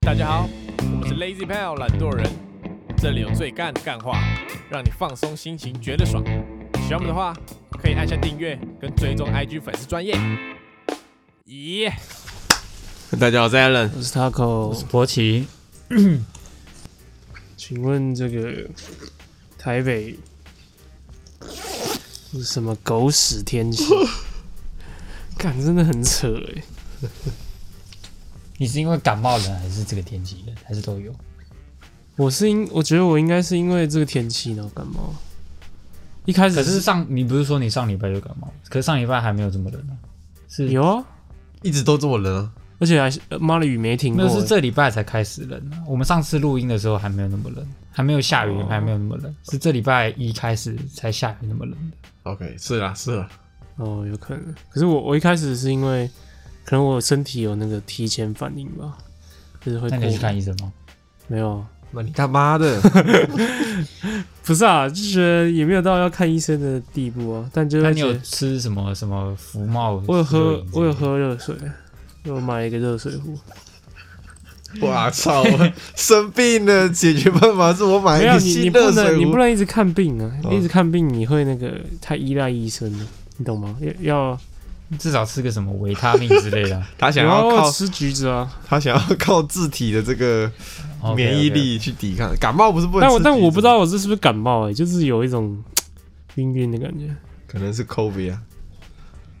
大家好，我是 Lazy Pal 懒惰人，这里有最干的干话，让你放松心情，觉得爽。喜欢我们的话，可以按下订阅跟追踪 IG 粉丝专业。咦、大家好，我是 Alan。我是 Taco，博奇， 请问这个台北是什么狗屎天 气？看，真的很扯哎、你是因为感冒冷还是这个天气冷，还是都有？我是因，我觉得我应该是因为这个天气然后感冒。一开可始是上你不是说你上礼拜就感冒，可是上礼拜还没有这么冷啊？是有啊，一直都这么冷啊，而且还是呃妈的雨没停没过、有？是欸。这礼拜才开始冷啊？我们上次录音的时候还没有那么冷，还没有下雨，还没有那么冷，是这礼拜一开始才下雨那么冷的。 OK，是啦是啦，哦，有可能。可是我我一开始是因为可能我身体有那个提前反应吧，就是会那你有去过看医生吗？没有啊。那你他妈的， 不是啊，就是也没有到要看医生的地步啊，但就是那你觉有得吃什么什么福茂？我有喝热饮，之类的我有。喝热水，我买了一个热水壶。我操，生病了，解决办法是 我买没一有个你，你新不哎热能，水你不壶。能一直看病啊！哦你一直看病，你会那个太依赖医生了，你懂吗？要要至少吃个什么维他命之类的啊。他想有啊要我有靠吃橘子啊，他想要靠自体的这个哦 OK，OK 免疫。力去抵抗感冒，不是不能但吃橘我子吗？但我不知道我这是不是感冒哎、就是有一种晕晕的感觉，可能是 COVID 啊，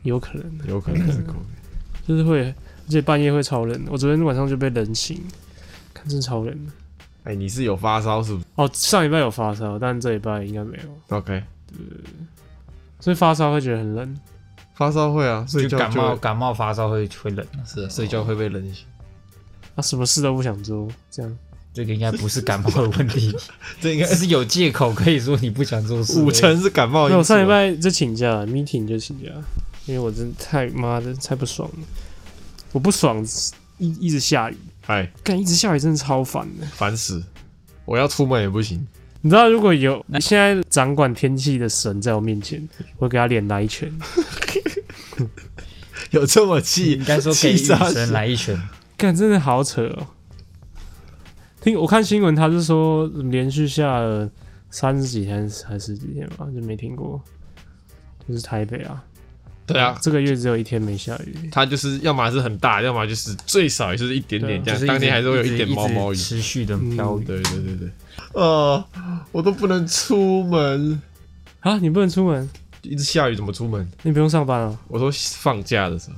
有可能有可能是 COVID。就是会，而且半夜会超冷。我昨天晚上就被冷醒，看真超冷的。哎，你是有发烧是不是哦，上礼拜有发烧，但这礼拜应该没有， ？OK，所以发烧会觉得很冷。发烧会啊，睡就觉感就冒会感冒发烧会会冷啊。是啊睡觉会被冷醒，啊，什么事都不想做，这样这个应该不是感冒的问题。这应该但是有借口可以说你不想做事。五成是感冒那因我素啊。上礼拜就请假，meeting 就请假，因为我真的太妈的太不爽了。我不爽一一直下雨，哎，干一直下雨真的超烦的。烦死！我要出门也不行， 你知道如果有那现在掌管天气的神在我面前，我会给他脸来一拳。有这么气？应该说给气雨炸神死来一拳。干真的好扯哦。听我看新闻，他是说连续下了三十几天还是几天吧，就没停过。就是台北啊，对啊，这个月只有一天没下雨。它就是要么是很大，要么就是最少也就是一点点这啊就样，是啊当一天直还是会有一直点毛毛雨直。持续的嗯飘雨。对对对对，呃，我都不能出门，啊，你不能出门，一直下雨怎么出门？你不用上班哦。我说放假的时候，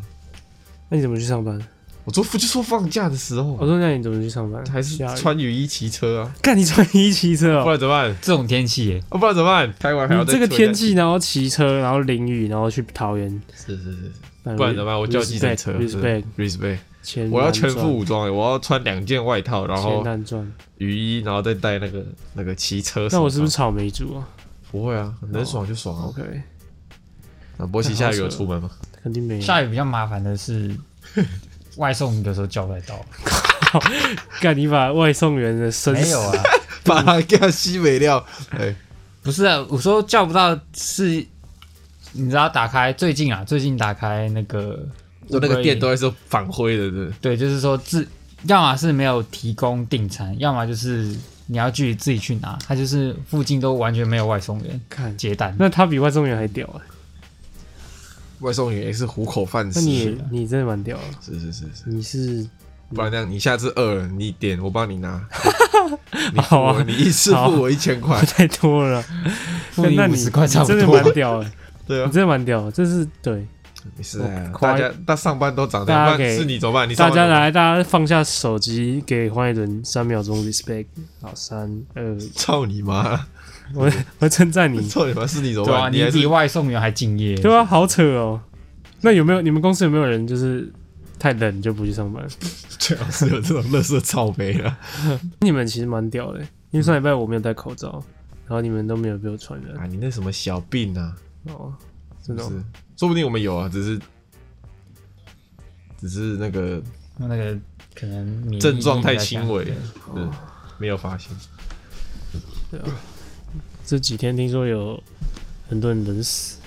那你怎么去上班？我说不就说放假的时候我啊，说那你怎么去上班？还是下雨穿雨衣骑车啊，干你穿雨衣骑车不哦、然怎么办？这种天气耶，啊，不然怎么办？开完还要你再这个吹天下去气，然后骑车，然后淋雨，然后去桃园，是是是，不不然怎么办？我叫计程车。 r e s p e c respect， t 我要全副武哦装，我要穿两件外套，然钱后难赚。雨衣，然后再带那个那个骑车手套。那我是不是草莓族啊不会啊？能爽就爽啊！ ？OK，那波奇下雨有出门吗？肯定没有。下雨比较麻烦的是外送有时候叫不 到， 干你把外送员的身没有啊， 把它给它吸没掉。 哎，不是啊，我说叫不到是，你知道打开最近啊，最近打开那个就那个 Uber 店 Eats 都是反灰的，对不对。对，就是说自要么是没有提供订餐，要么就是你要去自己去拿，它就是附近都完全没有外送员看，接单。那他比外送员还屌啊！外送员也是糊口饭那吃。你啊也你真的蛮屌的，是是是是，你是不然这样，你下次饿了，你点我帮你拿。 好我啊，你一次好，付我一千块太多 了啦，付你那五你十块差你不真的多，蛮 屌的，对你啊，真的蛮屌的，这是对。没事啊我。夸大家大上班都长这样，大家不然给是你怎么办？你大上家班来，大家放下手机，给黄一伦三秒钟 respect。好，三二， 一，操你妈！我我称赞 你， 操你妈是你怎么对啊，办？你还比是外送员还敬业。对啊，好扯哦。那有没有你们公司有没有人就是太冷就不去上班？最好是有这种乐色草莓了。 你们其实蛮屌的，因为上礼拜我没有戴口罩，然后你们都没有被我传染啊，你那什么小病啊？哦，是真不的哦是？说不定我们有啊，只是只是那个那个可能免疫力症状比较太轻微强，对，没有发现。这几天听说有很多人冷死，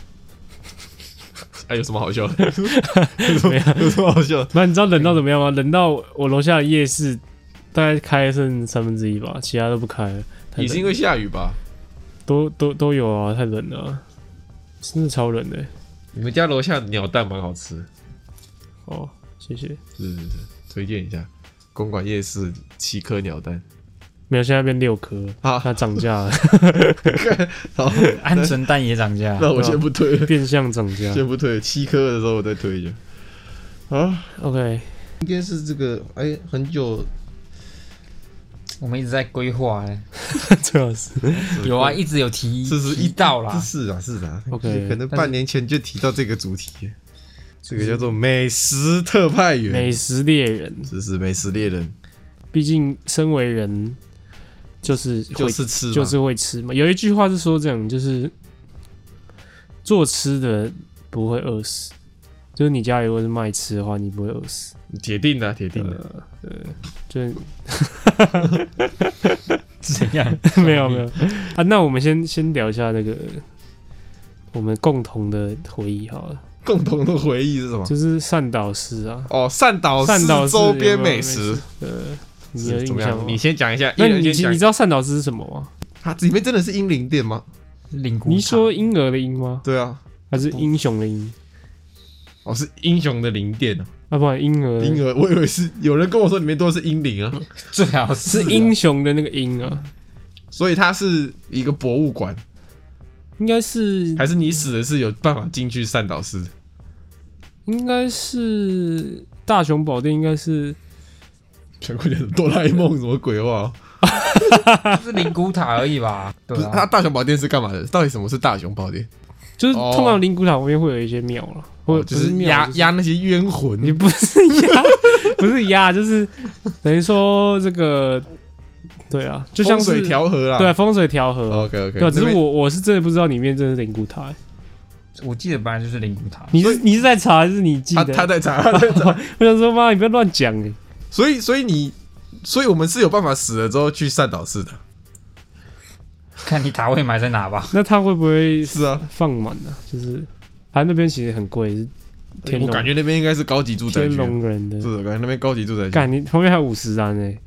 哎，有什么好笑的？ 没有？ 有什么好笑的？那你知道冷到怎么样吗？冷到我楼下的夜市大概开剩三分之一吧，其他都不开了，太冷也是因为下雨吧？都都都有啊，太冷了啊，真的超冷的欸、你们家楼下鸟蛋蛮好吃，哦，谢谢。是是是，推荐一下。公馆夜市七颗鸟蛋，没有，现在变六颗，好它涨价 了，好，鹌鹑蛋也涨价，那我先不推了，变相涨价。先不推了，七颗的时候我再推一下。啊， OK，应该是这个，哎，很久我们一直在规划哎， 最好是有啊，一直有提，这是提到这啦，是啊，是啊 OK，可能半年前就提到这个主题，这个叫做美食特派员，美食猎人。这是美食猎人，毕竟身为人，就是就会是吃嘛，就是会吃嘛。有一句话是说这样，就是做吃的不会饿死，就是你家里如果是卖吃的话，你不会饿死。铁定的啊，铁定呃的。就是 怎 样？没有没有啊。那我们先先聊一下那个我们共同的回忆好了，共同的回忆是什么？就是善导师啊，哦，善导善导市师周有边没有美食，呃，你有是印怎么象样？吗你？先讲一下，一那人你先你讲知。道善导师是什么吗？它里面真的是英灵店吗？领骨你说茶婴儿的婴吗？对啊，还是英雄的英？哦，是英雄的灵店啊，啊，不，婴儿婴儿，我以为是有人跟我说里面都是英灵啊，最好是 是英雄的那个英啊，所以它是一个博物馆，应该是还是你死的是有办法进去善导寺？应该是大雄宝殿，应该是全国讲哆啦 A 梦什么鬼话？是灵骨塔而已吧？不对是，它啊，大雄宝殿是干嘛的？到底什么是大雄宝殿？就是哦通常灵骨塔旁边会有一些庙了，或哦者就不是是庙压就是压那些冤魂，你不是压， 不是压，就是等于说这个对啊，就就像水是调和啦。对啊风水调和， ，OK OK。对啊，只是我我是真的不知道里面真的是灵骨塔，欸我记得本来就是灵骨塔，你是你是在查还是你记哦他得？他在查， 他在查。我想说妈，你不要乱讲哎，所以所以你，所以我们是有办法死了之后去善导寺的。看你塔位埋在哪吧。那他会不会是啊，放满呢？就是他那边其实很贵，是天我龙感觉那边应该是高级住宅天区。啊龙人的是，的，感觉那边高级住宅区。干你旁边还有五十单哎，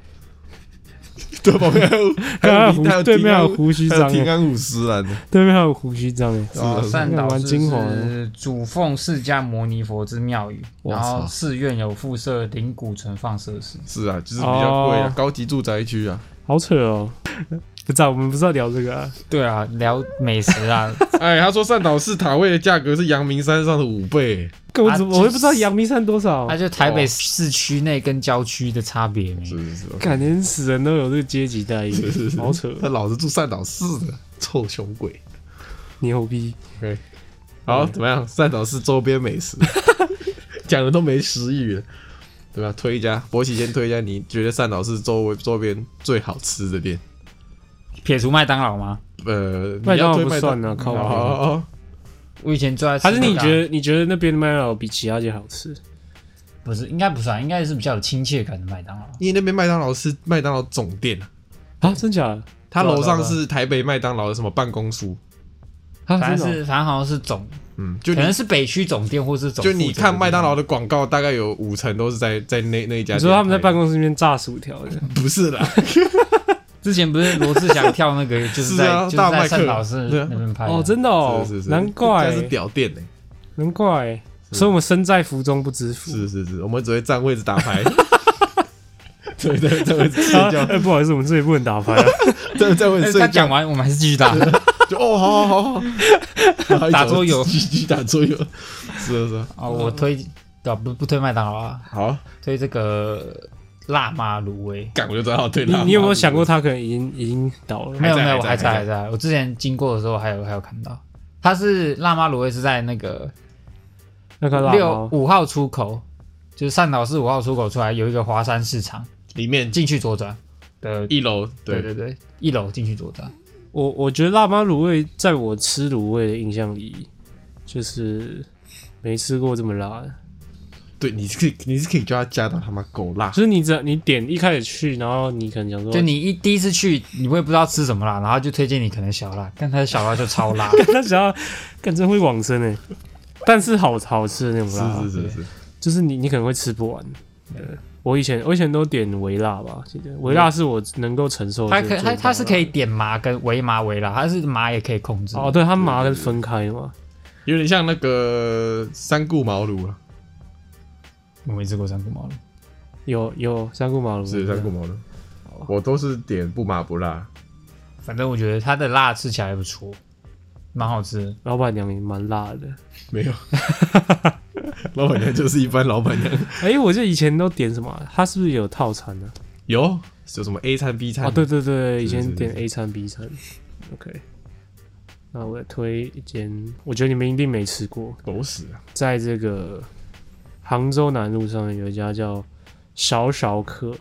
对，旁边 还有还有胡平还有对平面还安有胡须还有章平欸，安五十啊兰的。对面还有胡须章哎，是啊哦，善导玩寺精华是主奉释迦牟尼佛之庙宇，我然后操寺院有附设灵骨存放设施。是啊，就是比较贵啊哦，高级住宅区啊。好扯哦。不知道，我们不是要聊这个啊？对啊，聊美食啊，哎，他说善导寺塔位的价格是阳明山上的五倍，干我啊怎么就是我也不知道阳明山多少那？就台北市区内跟郊区的差别没。是是是。感连死人都有这个阶级 待遇，好扯， 哦他老是住善导寺的，臭穷鬼。牛逼！好，怎么样？善导寺周边美食， 讲的都没食欲了，对吧？推一家，博喜先推一家，你觉得善导寺周围周边最好吃的店？撇除麦当劳吗？呃，麦当你要劳推不麦算劳啊，靠哦哦北！哦，我以前最爱吃还是那你个啊觉得你觉得那边的麦当劳比其他家好吃？不是？应该不算，应该是比较有亲切感的麦当劳。因为那边麦当劳是麦当劳总店啊，啊，真假的？它对啊楼上对啊是台北麦当劳的什么办公室，啊，反真正的哦是反正好像是总，嗯，就可你能是北区总店或是总。就你看麦当劳，的广告，大概有五成都是在在那那一家你店拍的。说他们在办公室那边炸薯条的，不 是啦，之前不是罗志祥跳那 个，就是在是啊就是大麦在克圣老师对啊那边拍的哦，真的哦是是，是，难人怪家是屌店欸呢，难怪，所以我们身在福中不知福。是是是，我们只会占位置打牌，只会在站位置睡啊 觉，哎，不好意思，我们这里不能 打牌啊。站站位但置哎是他睡讲觉，完，我们还是继 续打。就哦，好好好好，打桌游继续打桌游，是啊是啊，哦，我推对、啊、不不推麦当劳啊，好，推这个辣妈卤味。干我就知道对了。你你有没有想过，他可能已经已经倒了？没有没有，我还还在在还还在。我之前经过的时候还有还有看到，它是辣妈卤味是在那个那个辣六猫五号出口，就是善导寺五号出口出来有一个华山市场，里面进去左转的。一楼对对对对，一楼进去左转。我我觉得辣妈卤味，在我吃卤味的印象里，就是没吃过这么辣的。对，你是可以你是可以叫他加到他妈够辣就，是你只要你点一开始去，然后你可能想说，就你一第一次去，你会不知道吃什么辣，然后就推荐你可能小 辣，但它的小辣就超辣。他 想要，干真会往生哎、但是好好吃的那种辣，是是是是，就是你你可能会吃不完。我以前我以前都点微辣吧，记得微辣是我能够承受它的最。可它它是可以以点麻跟微麻微辣，它是麻也可以控制。哦，对，它麻跟分开的嘛，有点像那个三顾茅庐啊，我没吃过三顾茅庐，有有三顾茅庐是三顾茅庐。我都是点不麻不辣，反正我觉得它的辣吃起来还不错，蛮好吃的。老板娘也蛮辣的。没有。 老板娘就是一般老板娘，哎、我记得以前都点什么啊？它是不是有套餐呢、有有什么 A 餐 B 餐？啊？哦，对，对对，以是前是点是 A 餐 B 餐。OK，那我推一间，我觉得你们一定没吃过，狗屎啊！在这个杭州南路上面有一家叫小小客，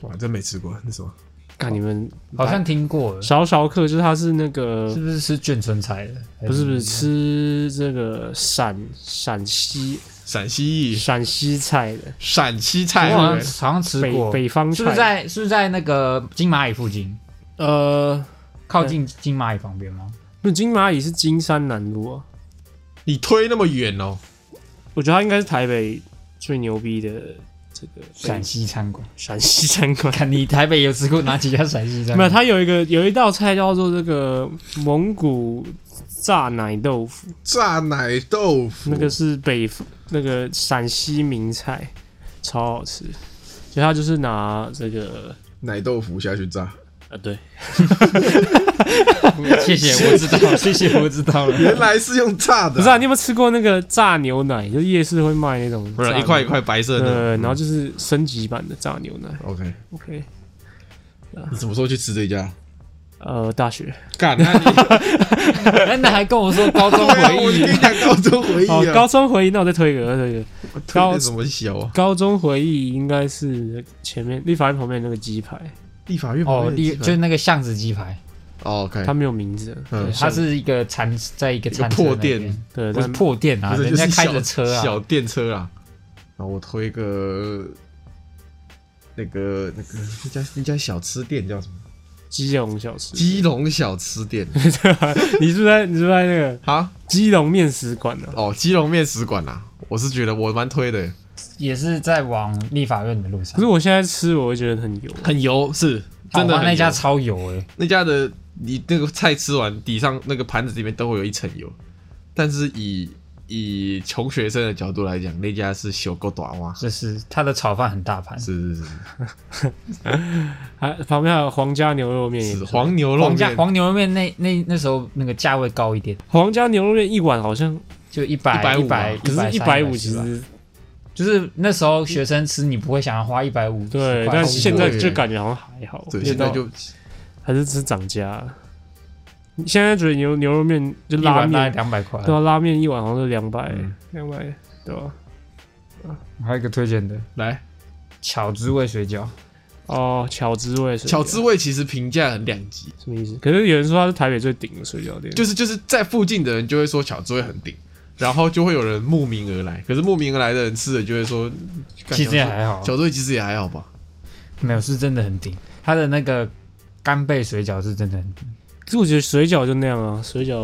哇，真没吃过那什么。哦看你们好像听过了，小小客就是它是那个是嗯不是吃卷春菜的？不是不是吃这个陕陕西陕西啊裔，陕西菜的陕还西菜是，我好像好像吃北过，北方是不菜是在是不是在那个金蚂蚁附近，呃，靠近金蚂蚁旁边吗？那金蚂蚁是金山南路啊，你推那么远哦，我觉得它应该是台北最牛逼的这个陕西餐馆，陕西 餐馆。看你台北有吃过哪几家陕西餐没有，馆？它有一个有一道菜叫做这个蒙古炸奶豆腐，炸奶豆腐那个是北那个陕西名菜，超好吃。所以它就是拿这啊个奶豆腐下去炸，呃，对，谢谢，我知道，谢谢，我知道 了。原来是用炸的，不是啊，你有没有吃过那个炸牛奶？就夜市会卖那种，不是一块一。块白色对，的。然后就是升级版的炸牛奶。 OK， OK，你什么时候去吃这家？呃，大学干，那你哎，那还跟我说高中对啊 我回跟忆你，讲高中回忆哦，啊，高中回忆，那我再推一个，再推一个。高什么小啊？高中回忆应该是前面立法院旁边那个鸡排，立法院哦，第就是那个巷子鸡排，哦，OK，它没有名字，嗯它是一个餐，在一个餐车一个破那边店，对，不是但破店啊，不是人就家是开小着车啊，小电车啊。然后我推一个那个那个那家那家小吃店叫什么？基隆小吃。基隆小吃 店 你是不是在你是不是在那个啊？基隆面食馆啊呢？哦，基隆面食馆啊，我是觉得我蛮推的，也是在往立法院的路上可是。我现在吃，我会觉得很油。很油，是真的哇很哦那家油超油哎，那家的你那个菜吃完，底上那个盘子里面都会有一层油，但是以以穷学生的角度来讲，那家是小够短哇，就是它的炒饭很大盘，是是还啊旁边还有皇家牛肉面也是是不错，黄牛肉嗯黄家面，黄牛肉面那那那时候那个价位高一点，皇家牛肉面一碗好像就一百150一百，嘛可是一百百五，其实就是那时候学生吃，你不会想要花一百五，对，但现在就感觉好像还好。对，味现在道就还是吃涨价了。你现在觉得牛牛肉面就一拉碗大概面，两百块。对啊，拉面一碗好像是两百嗯，两百对啊吧？还有一个推荐的来巧滋味水饺，哦，巧滋味水饺巧滋味，其实评价很两极，嗯什么意思？可是有人说它是台北最顶的水饺店，就是就是在附近的人就会说巧滋味很顶。然后就会有人慕名而来，可是慕名而来的人吃了就会说，干啊其实也还好巧，滋味其实也还好吧。没有是真的很顶。它的那个干贝水饺是真的很顶，可是我觉得水饺就那样啊，水饺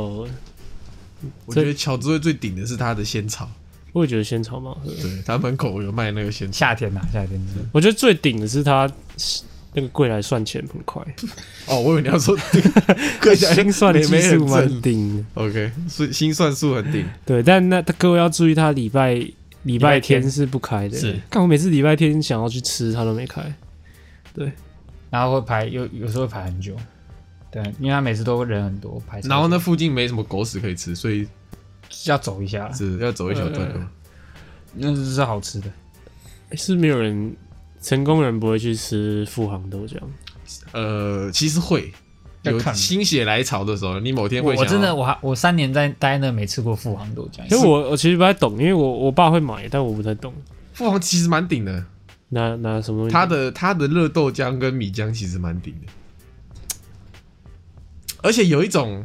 我觉得巧滋味最顶的是它的仙草，我也觉得仙草蛮好喝的。对，它门口有卖那个仙草，夏天呐、啊夏天吃。我觉得最顶的是它那个柜台算钱很 快， 哦，我以为你要说跪下来心算没技术没蛮人顶的。挣，OK，所以心算术很 顶，对，但那各位要注意，它礼拜礼拜拜天天是不开的。是，看我每次礼拜天想要去吃，它都没开。然后会排有有时候会排很久，对，因为他每次都人很多排。然后那？附近没什么狗屎可以吃，所以要走一下，是要走一小呃段路。那是好吃的。是没有人成功人不会去吃富航豆浆。呃，其实会要有看心血来潮的时候，你某天我会想我要真的我还我三年在待那没吃过富航豆浆，因为我我其实不太懂，因为我我爸会买，但我不太懂。富航其实蛮顶的，拿拿什么东西？它的它的热豆浆跟米浆其实蛮顶的，而且有一种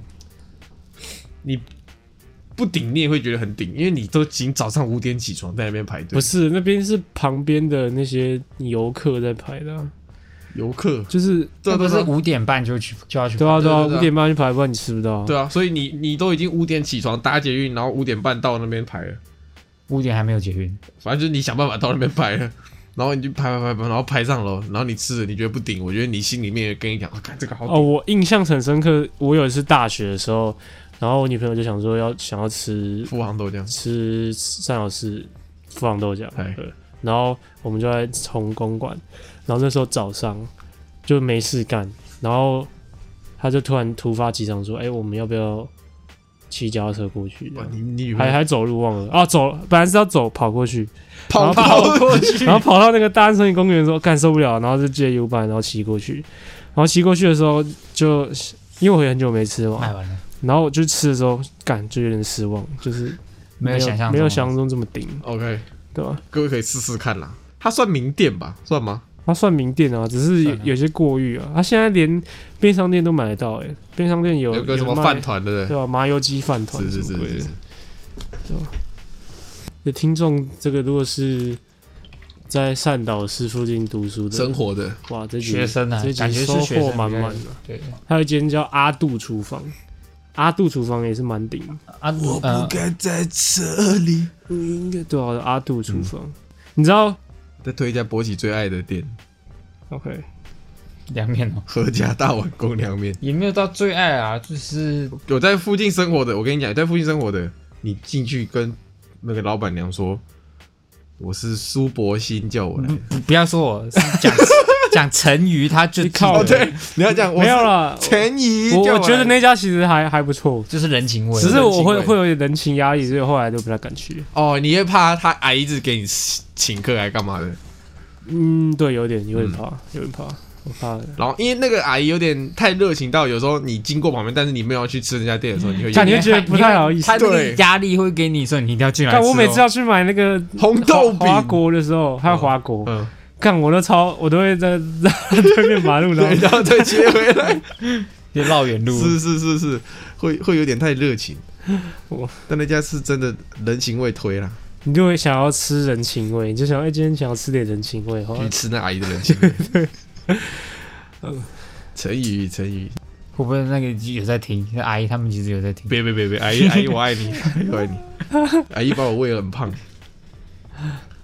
你不顶你也会觉得很顶，因为你都已经早上五点起床在那边排队，不是那边是旁边的那些游客在排的啊、游客，就是那这都不是是五点半就去就要去对啊对啊，对对五点半去排，不然你吃不到啊。对啊，所以你你都已经五点起床搭捷运，然后五点半到那边排了，五点还没有捷运，反正就是你想办法到那边排了，然后你就排排排排，然后排上楼，然后你吃了，你觉得不顶，我觉得你心里面也跟你讲，啊，看这个好哦，我印象很深刻，我有一次大学的时候，然后我女朋友就想说要想要吃富航豆浆，吃三好市富航豆浆哎，对，然后我们就在从公馆，然后那时候早上就没事干，然后他就突然突发奇想说，哎、我们要不要骑脚踏车过去这哇样？你你女朋啊还友还走路忘了啊，走本来是要走跑过去，跑跑过 去，然后跑到那个大安森林公园的时候，干受不了，然后就借 U 班，然后骑过去，然后骑过去的时候就因为我也很久没吃嘛卖，完了，然后我就吃的时候感就有点失望，就是没有想象中没有想象中这么顶， OK，对吧？各位可以试试看啦。它算名店吧，算吗？它算名店啊，只是有算啊有些过誉啊。它现在连便利商店都买得到、欸，便利商店有有个什么卖饭团对不对吧、麻油鸡饭团对？是什是么鬼是的是。有听众这个如果是在善导市附近读书的，生活的，哇，这集学生啊这，集感觉收是学获生满满比的。较。对还有一间叫阿杜厨房，阿杜厨房也是蛮顶的。啊，呃，该在这里。应该对啊，阿杜厨房，你知道再推一家博喜最爱的店？OK，凉面哦， ——何家大碗公凉面。也没有到最爱啊，就是有在附近生活的，我跟你讲，有在附近生活的，你进去跟那个老板娘说，我是苏博新叫我来嗯的。不不要说我是讲讲成语，他就你记靠得嗯 对，你要讲我没是有啦，陈怡我叫我来觉得那家其实还还不错，就是人情味只。是我会人情会味有点人情压力，所以后来就不太敢去。哦，你会怕他阿姨一直给你请客来干嘛的？嗯，对，有点有点怕，有点怕，我怕的。然后因为那个阿姨有点太热情到，有时候你经过旁边，但是你没有要去吃人家店的时候，嗯你会感觉觉得不太好意思他那个对压力会给你说你一定要进来吃但哦。我每次要去买那个红豆饼华华国的时候，还有华国，嗯， 干我都超，我都会在 在对面马路，然后对，然后再接回来， 就绕远路，是是是是，会会有点太热情我。但那家是真的人情味推啦，你就会想要吃人情味，你就想哎，今天想要吃点人情味，好啊去吃那阿姨的人情味。 嗯成语成语，会不会那个有在听？那阿姨他们其实有在听。别别别别，阿姨阿姨我爱 你，阿姨我爱你，阿姨把我喂得很胖，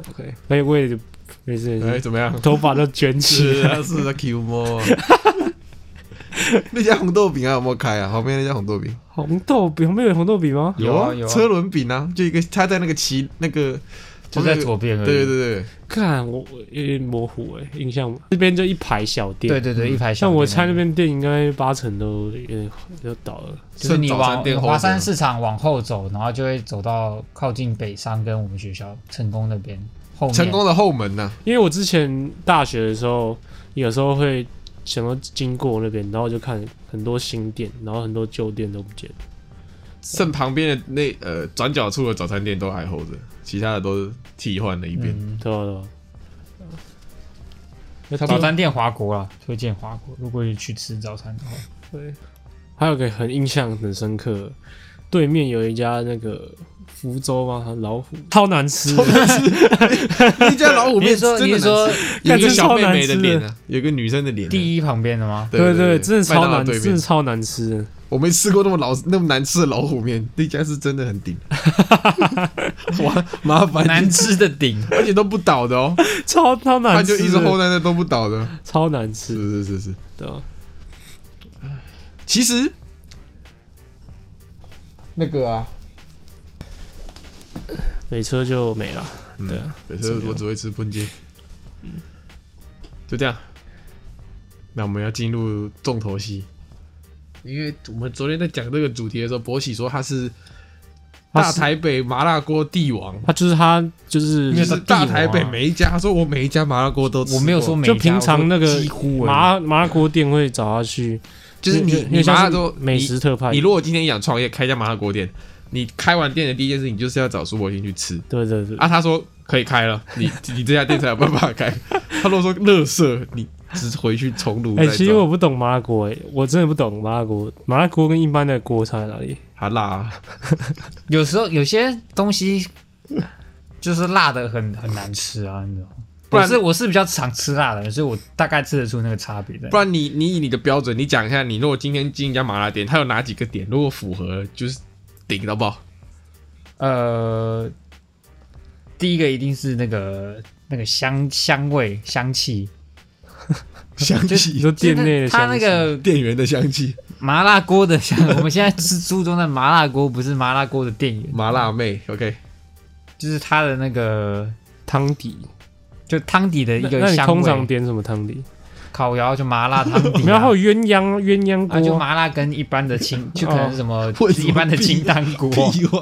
，OK，哎，我也就没事没哎事，怎么样？头发都卷起 是来，啊是啊，Q 摸。 那家红豆饼还有没有开啊？旁边那家红豆饼。红豆饼，旁边有红豆饼吗？有啊有啊车轮饼啊，就一个他在那个骑那个，就在左边而对已。对对看我我有点模糊哎、印象这边就一排小店，对对对，一排小嗯像店我猜那边店应该八成都有点都倒了。就是你顺早餐往店后华山面市场往后走，然后就会走到靠近北商跟我们学校成功那边后对，面。成功的后门啊呐、因为我之前大学的时候，有时候会想要经过那边，然后我就看很多新店，然后很多旧店都不见了。剩旁边的那呃转角处的早餐店都还 hold 着，其他的都是替换了一遍。嗯，对啊对啊，那他早们餐店华国啦，推荐华国。如果你去吃早餐的话，对，还有个很印象很深刻，对面有一家那个福州吗？老虎超难吃的，那家老虎你面是说真你的是说难吃有干一个真小妹超难妹吃的脸啊，有一个女生的脸啊、第一旁边的吗？对对对，真的麦超当劳难，对真的面，超难吃的。我没吃过那么老那么难吃的老虎面，那家是真 的很顶。哇，麻烦你难，吃的顶，而且都不倒的哦，超超难他吃就的，一直 hold 在那都不倒的，超难吃是是是是。的。其实那个啊，没车就没了。嗯对啊，每次我只会吃喷鸡，就这样。那我们要进入重头戏，因为我们昨天在讲这个主题的时候，博喜说他是他大是台北麻辣锅帝王，他就是他就是因为是帝王大啊台北每一家，他说我每一家麻辣锅都吃过我没有说每一就家平常那我个说几乎而已麻麻辣锅店会找他去，就是因为你因为你像麻辣是锅美食特派你，你，如果今天想创业开一家麻辣锅店，你开完店的第一件事情就是要找苏博兴去吃，对对对，啊，他说可以开了，你你这家店才有办法开。 他如果说乐色，你只回去重炉再哎、找。其实我不懂麻辣锅，哎，我真的不懂麻辣锅。麻辣锅跟一般的锅差在哪里？他辣、啊，有时候有些东西就是辣的很很难吃啊，你知道吗？不不然是，我是比较常吃辣的人，所以我大概吃得出那个差别的不。然你你以你的标准，你讲一下，你如果今天进一家麻辣店，它有哪几个点？如果符合，就是顶到爆。呃，第一个一定是那个那个香香味香气，香你气，说店内的它那香气个店员的香气，麻辣锅的 香，我们现在吃注重的麻辣锅，不是麻辣锅的店员，麻辣妹，OK，就是它的那个汤底，就汤底的一那个那你香通常味。点什么汤底？烤窑就麻辣汤底、啊， 没有，还有鸳鸯鸳鸯啊，就锅，麻辣跟一般的 清，就可能是什么哦为什么一般的必清淡 锅，啊屁话，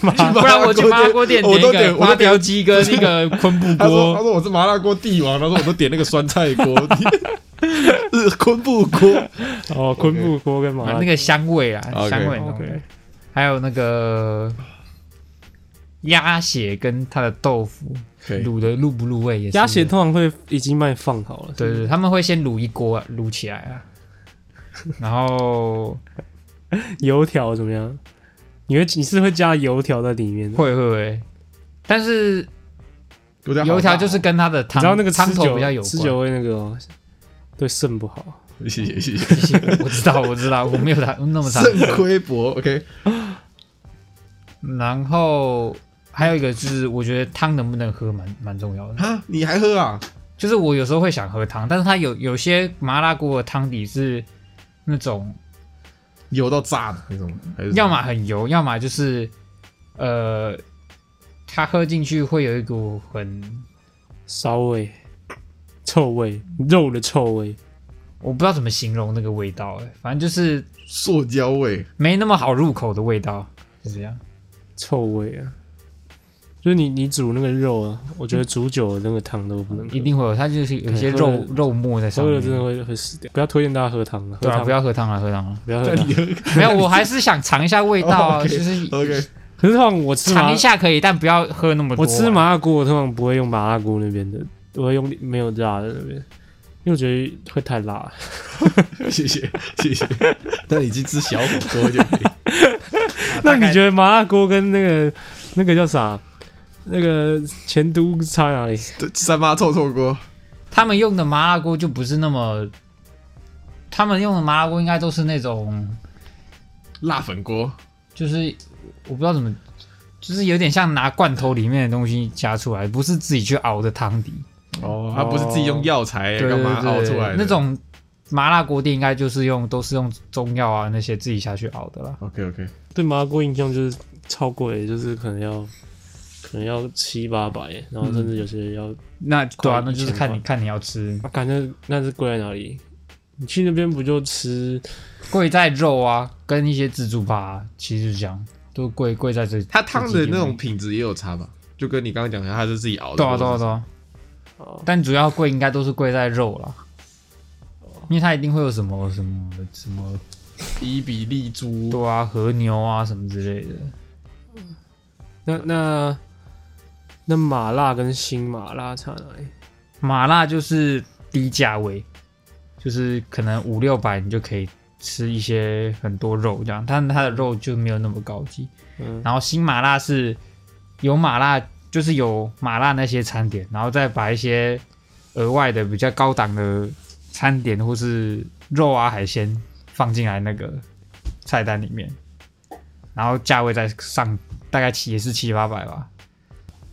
不然我去麻辣锅店我点都一点个我花都点雕鸡跟那个昆布 他说他锅，哦说我是麻辣锅帝王，他说我都点那个酸菜锅，是呃昆布锅， 哦，昆布锅跟麻啊辣那个香味啊， OK 香味浓的 OK，还有那个鸭血跟它的豆腐可以卤的入不入味也是鸭血，通常会已经帮你放好了，对对，对他们会先卤一锅啊卤起来 啊，然后油条怎么样？你会你是会加油条在里面的？会会会，但是油条好油条就是大跟它的你汤，知道那个汤吃头酒比较有吃关。酒会那个哦对肾不好。哦，谢谢谢谢， 我知道，我知道，我没有他那么 长。肾亏薄，OK，然后还有一个就是，我觉得汤能不能喝蛮蛮重要的。啊，你还喝啊？就是我有时候会想喝汤，但是它有有些麻辣锅的汤底是那种，油到炸的那种，还是要么很油，要么就是呃，它喝进去会有一股很骚味、臭味、肉的臭味，我不知道怎么形容那个味道、哎，反正就是塑胶味，没那么好入口的味道，就这样。臭味啊！就是你你煮那个肉啊，我觉得煮久了那个汤都不能喝嗯一定会有，它就是有一些对肉喝了肉末在上喝了面。真的会会死掉。不要推荐大家喝汤啊，喝对啊，汤不要喝汤了，喝汤了。不要那喝汤你。喝没有，我还是想尝一下味道啊， 哦，OK 就是，OK，可是通常我吃麻尝一，下可以，但不要喝那么多。我吃？麻辣锅，我通常不会用麻辣锅那边的，我会用没有辣的那边，因为我觉得会太辣。 谢谢谢谢，但你去吃小火锅就可以。那你得觉得麻辣锅跟那个那个叫啥？那个前都啊差哪里？ 对，三八臭臭锅，他们用的麻辣锅就不是那么，他们用的麻辣锅应该都是那种，辣粉锅，就是我不知道怎么，就是有点像拿罐头里面的东西加出来，不是自己去熬的汤底。哦，它不是自己用药材对干对嘛对熬出来的那种麻辣锅店应该就是用都是用中药啊那些自己下去熬的啦。 ？OK OK，对麻辣锅印象就是超贵，就是可能要可能要七八百，然后甚至有些要，那对快啊，那就是一千块看你看你要吃啊，感觉那是贵在哪里？你去那边不就吃？贵在肉啊，跟一些自助吧、其实就是这样都贵贵在这。它汤的那这几种点品质也有差吧？就跟你刚刚讲的，它是自己熬的。对啊对啊对啊。哦，但主要贵应该都是贵在肉啦，因为它一定会有什么什么什么伊比利猪，多啊、和牛啊什么之类的。那那那麻辣跟新麻辣差哪里？麻辣就是低价位，就是可能五六百你就可以吃一些很多肉这样，但它的肉就没有那么高级。嗯，然后新麻辣是有麻辣，就是有麻辣那些餐点，然后再把一些额外的比较高档的餐点或是肉啊海鲜放进来那个菜单里面，然后价位再上大概七也是七八百吧。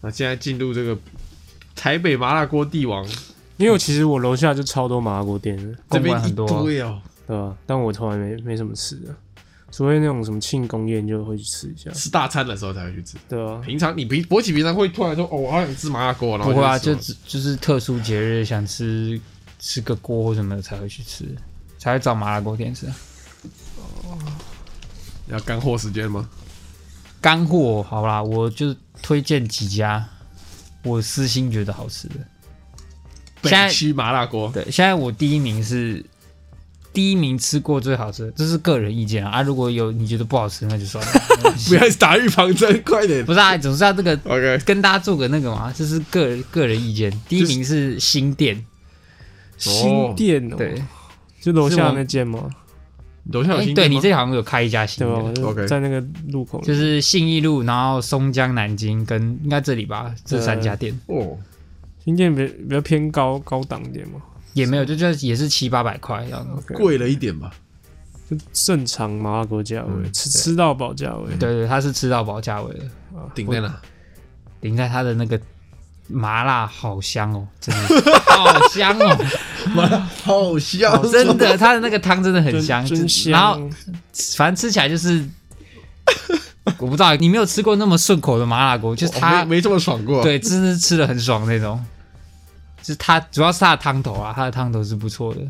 那现在进入这个台北麻辣锅帝王，因为我其实我楼下就超多麻辣锅店的，这公边馆一很多啊堆哦，对吧、但我从来没没什么吃的，除非那种什么庆功宴就会去吃一下，吃大餐的时候才会去吃。对哦啊，平常你平博起平常会突然说，哦，我好想吃麻辣锅，然后不会啊，就就去吃只就是特殊节日想吃吃个锅或什么的才会去吃，才会找麻辣锅店吃。要干货时间吗？干货好啦，我就推荐几家我私心觉得好吃的。北现在区麻辣锅，对，现在我第一名是第一名吃过最好吃的，这是个人意见啊。啊如果有你觉得不好吃，那就算 了。不要打预防针，快点。不是啊，总是要这个 OK，跟大家做个那个嘛，这是个个人意见。第一名是新店，新店哦，对，就楼是下我那间嘛，楼下有诶新哎对店你吗？哦这里好哦像有开一家新对吧？的我。就 OK 在那个路口，就是信义路，然后松江、南京跟应该这里吧，这三家店哦，新店比比较偏高高档一点嘛，也没有，就就也是七八百块这样子。贵了一点吧。就正常麻辣锅价位，嗯吃吃到饱价位。对对，它是吃到饱价位的，顶在哪？顶在它的那个麻辣好香哦，真的好香哦，好笑真的，它的那个汤真的很香，真真真香。然后反正吃起来就是，我不知道你没有吃过那么顺口的麻辣锅，就是它他哦没没这么爽过。，对，真是吃的很爽那种。就是它主要是它的汤头啊，它的汤头是不错的，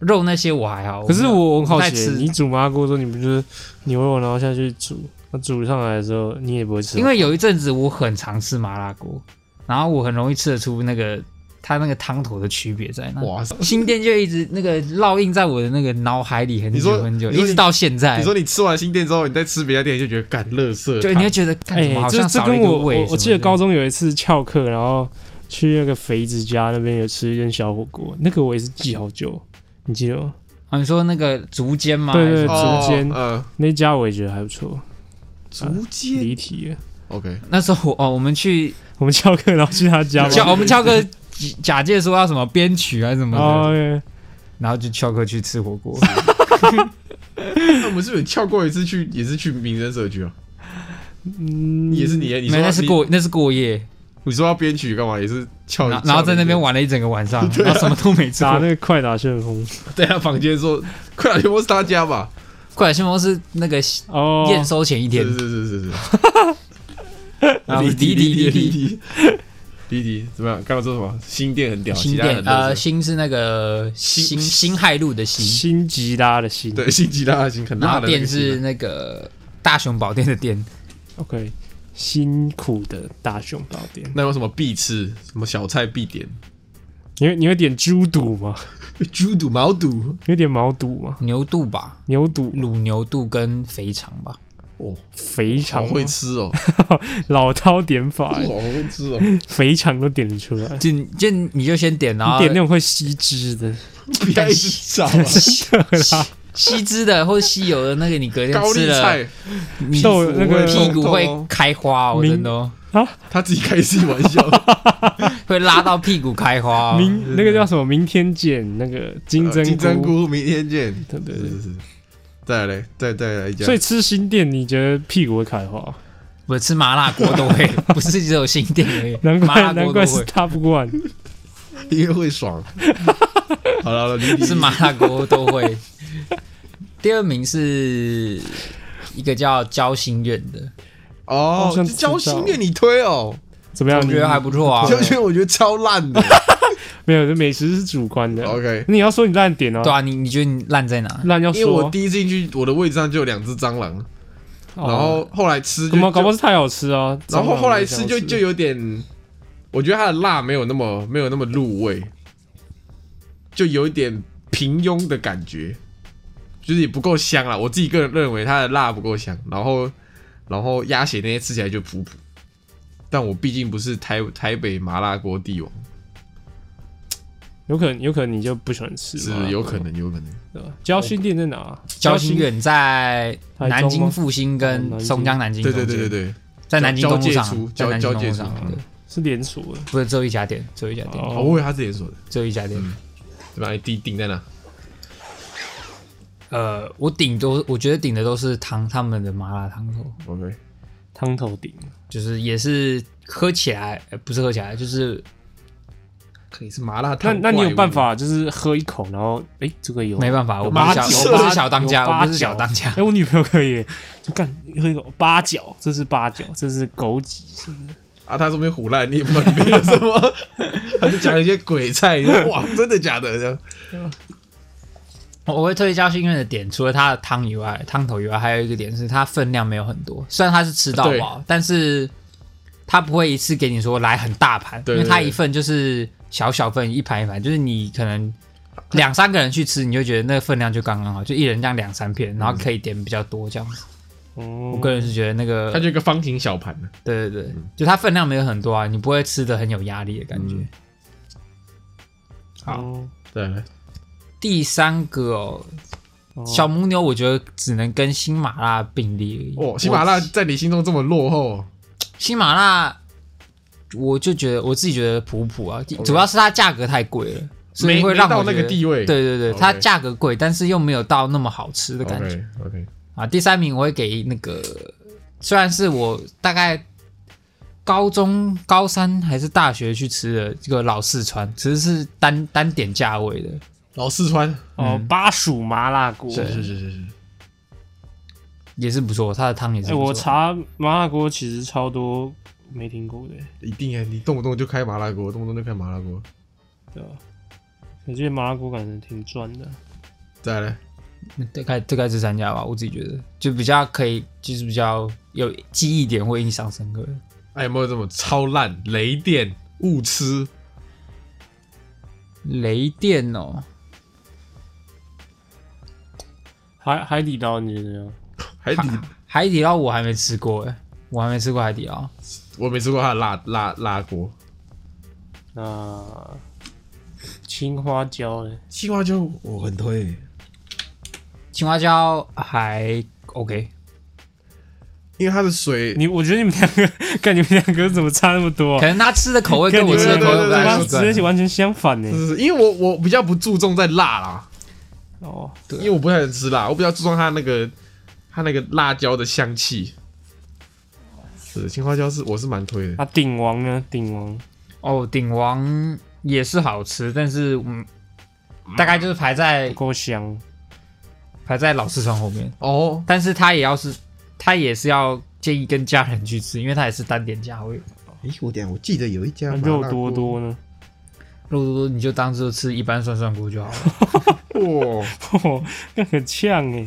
肉那些我还好。可是我很好不太奇，吃你煮麻辣锅的时候，你不就是牛肉然后下去煮，那煮上来的时候你也不会吃吗，因为有一阵子我很常吃麻辣锅，然后我很容易吃得出那个它那个汤头的区别在那。哇塞！新店就一直那个烙印在我的那个脑海里很你说久很久，你说一你直到现在。你说你吃完新店之后，你再吃别家店，你就觉得干乐色。就你会觉得，干哎、怎么好这像这少了跟一个我味什我么的。我记得高中有一次翘课，然后去那个肥子家那边有吃一间小火锅，那个我也是记好久，你记得吗？啊，你说那个竹间吗？对还对是什么哦竹间嗯，那家我也觉得还不错，竹间离题了。啊，OK，那时候我哦，我们去我们翘课然后去他家嘛，叫我们翘课，假借说要什么编曲还是什么的，哦，OK，然后就翘课去吃火锅。那我们是不是有跳过一次去，也是去民生社区啊？嗯，也是你，你没说有，那是你过那是过夜，你说要编曲干嘛？也是翘，然后然后在那边玩了一整个晚 上，啊然后什么都没吃打过。那个快打旋风翘在他啊房间说， 快点，全部是他家吧？快乐新梦是那个哦，验收前一是天，是是是是。 然后离离题离离离离题离题怎么样？刚刚说什么？新店很屌，新其他店很呃垃圾新是那个新新海路的新，新吉拉的新，对新吉他的新很然后辣的那个店是新那个大雄宝殿的店， ，OK，辛苦的大雄宝殿，那有什么必吃？什么小菜必点？你会你会点猪肚吗？猪肚、毛肚你会点毛肚吗？牛肚吧，牛肚、卤牛肚跟肥肠吧，哦，肥好肠吗， 会吃哦，老饕点法欸， 好会吃哦，肥肠都点得出来。就就你就先点，啊然后你点那种会吸汁的，不要一直找 啊吸汁的或者吸油的那个，你隔天高吃丽了，菜，你豆那个屁股会开花哦，明真的哦 他自己开自己玩笑，会拉到屁股开花哦。明那个叫什么？明天见，那个金针啊 金针，菇，嗯明天见。对对是对。是是，再来嘞，再再来一家。所以吃新店，你觉得屁股会开花？我吃麻辣锅都会，不是只有新店而已，难麻怪辣难锅怪都是会。 Top One。因为会爽。好了好了，离题是麻辣锅都会。第二名是一个叫交心苑的，哦好，想这交知道心面你推哦，怎么我样？觉得还不错啊。交心面我觉得超烂的。你没有，这美食是主观的。 OK，你要说你烂点哦对，啊，你你觉得你烂在哪？烂要因为我说，第一进去，我的位置上就有两只蟑螂，哦然后后来吃就怎么搞不好就，是太好吃啊？然后后来蟑吃螂就也想就有点，我觉得它的辣没有那么没有那么入味，就有一点平庸的感觉，就是也不够香啦。我自己个人认为它的辣不够香，然后然后鸭血那些吃起来就普普，但我毕竟不是台台北麻辣锅帝王，有可能有可能你就不喜欢吃是嘛，有可能有可能。对吧。交心店在啊哪？交心苑在台中吗南京复兴哦南跟京松江南京对中对间，对对对，在南京东路交交界处上，在南京交东交界路处上，嗯对是连锁的。不是只有一家店，只有一家店，哦，嗯哦，我以为他自己说的，只有一家店。对吧？地定在哪？呃，我顶多我觉得顶的都是汤，他们的麻辣汤头， OK，汤头顶，就是也是喝起来，呃不是喝起来，就是可以是麻辣那烫那你怪有物办？法就是喝一口，然后哎，这个有没办法，我不八是角小我不是小当有家，八我不是角小当家哎、。我女朋友可以耶，就干喝一口八角，这是八角，这是枸杞，啊，他说明胡烂，你也不知道里面有什 么，他就讲一些鬼菜，你说哇， 真的假的？这样我我会特别交心愿的点，除了它的汤以外，汤头以外，还有一个点是它分量没有很多。虽然它是吃到饱，但是它不会一次给你说来很大盘，对因为它对对一份就是小小份，一盘一盘，就是你可能两三个人去吃，你就觉得那个分量就刚刚好，就一人这样两三片，然后可以点比较多这样子。嗯我个人是觉得那个它，就一个方形小盘，对对对，就它分量没有很多啊，你不会吃的很有压力的感觉。嗯好哦对，来第三个哦，哦小母牛，我觉得只能跟新麻辣并列而已。哦，喜马拉雅在你心中这么落后，新麻辣，我就觉得我自己觉得普普啊，主要是它价格太贵了，所以没会没让到我那个觉得地位。对对对， OK 它价格贵，但是又没有到那么好吃的感觉 OK OK，啊。第三名我会给那个，虽然是我大概高中高三还是大学去吃的这个老四川，其实是单单点价位的，老四川，哦，巴蜀麻辣锅。是是是是是，也是不错，它的汤也是哎，不我错。查麻辣锅其实超多没听过的，一定啊！你动不动就开麻辣锅，动不动就开麻辣锅，对吧？我觉得麻辣锅感觉挺赚的。再来大概大概这三家吧，我自己觉得就比较可以，就是比较有记忆点或印象深刻的。还哎有没有这种超烂雷电误吃？雷电哦，海海底捞你觉得怎样？海底海底捞我还没吃过哎，我还没吃过海底捞。我没吃过它的辣辣辣锅，那青花椒嘞？青花椒我很推，青花椒还 OK，因为它的水你我觉得你们两个， 看你们两个怎么差那么多啊、可能他吃的口味跟跟你我们吃的对对口味不对太妈习直接惯。完全相反呢、是是因为我我比较不注重在辣啦，哦，因为我不太能吃辣，我比较注重它那个它那个辣椒的香气。是青花椒是我是蛮推的，那、鼎王呢？鼎王哦，鼎王也是好吃，但是嗯，大概就是排在不够香，排在老四川后面。哦，但是他也要是，他也是要建议跟家人去吃，因为他也是单点价位。诶，我点我记得有一家那麻辣肉锅多多呢？ 肉多多你就当做吃一般涮涮锅就好了。 哇，哦，那很呛哎、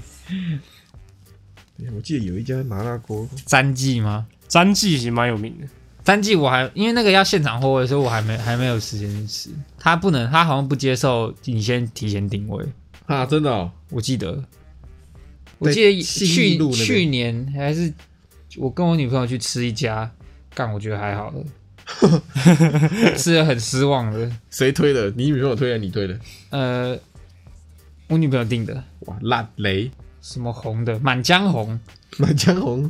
诶我记得有一家麻辣锅，詹记吗？詹记其实蛮有名的，詹记我还因为那个要现场货位，所以我还没还没有时间去吃。他不能，他好像不接受你先提前定位。啊，真的哦，我记得，我记得信义去路那边去年还是我跟我女朋友去吃一家，干我觉得还好 了，吃的很失望的。谁推的？你女朋友推的，你推的？呃，我女朋友订的哇，辣雷什么红的，满江红、满江红，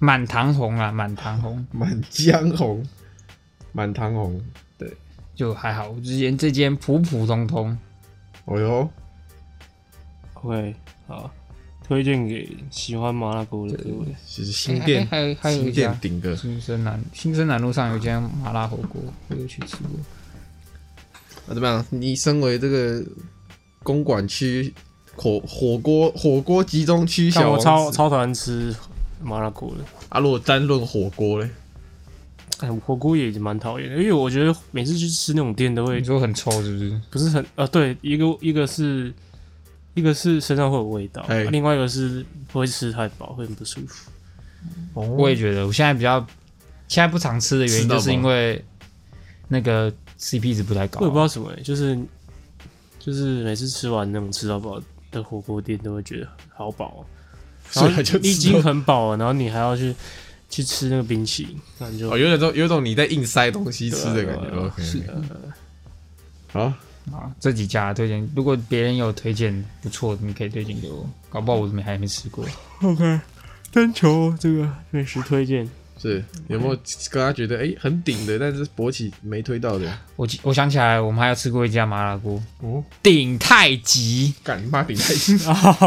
满堂红啊，满堂红满江红，满堂红，就还好。我之前这间普普通通，哦哟， OK，好，推荐给喜欢麻辣锅的各位。其实新店还还还有新一家店顶个，新生南新生南路上有一间麻辣火锅，我有去吃过。啊那怎么样？你身为这个公馆区火火锅火锅集中区像小我王超子超讨厌吃麻辣锅的，啊，如果单论火锅嘞，哎，火锅也蛮讨厌的，因为我觉得每次去吃那种店都会嗯你说很臭是不是？不是很呃，对，一个一个是一个是身上会有味道，啊哎另外一个是不会吃太饱，会很不舒服。我也觉得，我现在比较现在不常吃的原因，吃到就饱是因为那个 CP 值不太高啊我也不知。道什么、欸，就是就是每次吃完那种吃到饱的火锅店，都会觉得好饱哦、所以然后他就你已吃经到很饱了，然后你还要去去吃那个冰淇淋，那你就、哦，有点种有种你在硬塞东西吃的感对啊觉。对啊 OK，是好，啊，这几家推荐，如果别人有推荐不错的，你可以推荐给我，搞不好我没还没吃过。 OK。征求这个美食推荐，是有没有跟他觉得哎、诶很顶的，但是勃起没推到的？我记我想起来，我们还有吃过一家麻辣锅，哦，鼎泰吉，干你妈顶太 极，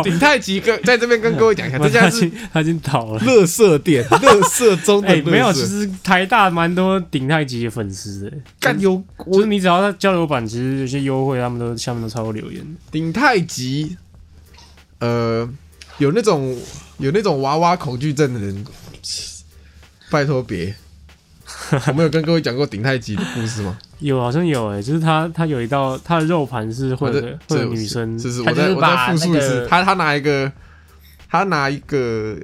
顶太极跟在这边跟各位讲一下，哎这他家已经是他已经倒了。乐色店，乐色中 的哎、乐色、没有，其实台大蛮多顶太极的粉丝的、干有就我是你只要在交流版，其实有些优惠，他们都下面都超过留言的。顶太极，呃，有那种有那种娃娃恐惧症的人，拜托别。我们有跟各位讲过顶太极的故事吗？有好像有哎、就是他他有一道他的肉盘是会有个哦我会在有女生是是，他我就是再我再把复述一那个次，他他拿一个，他拿一个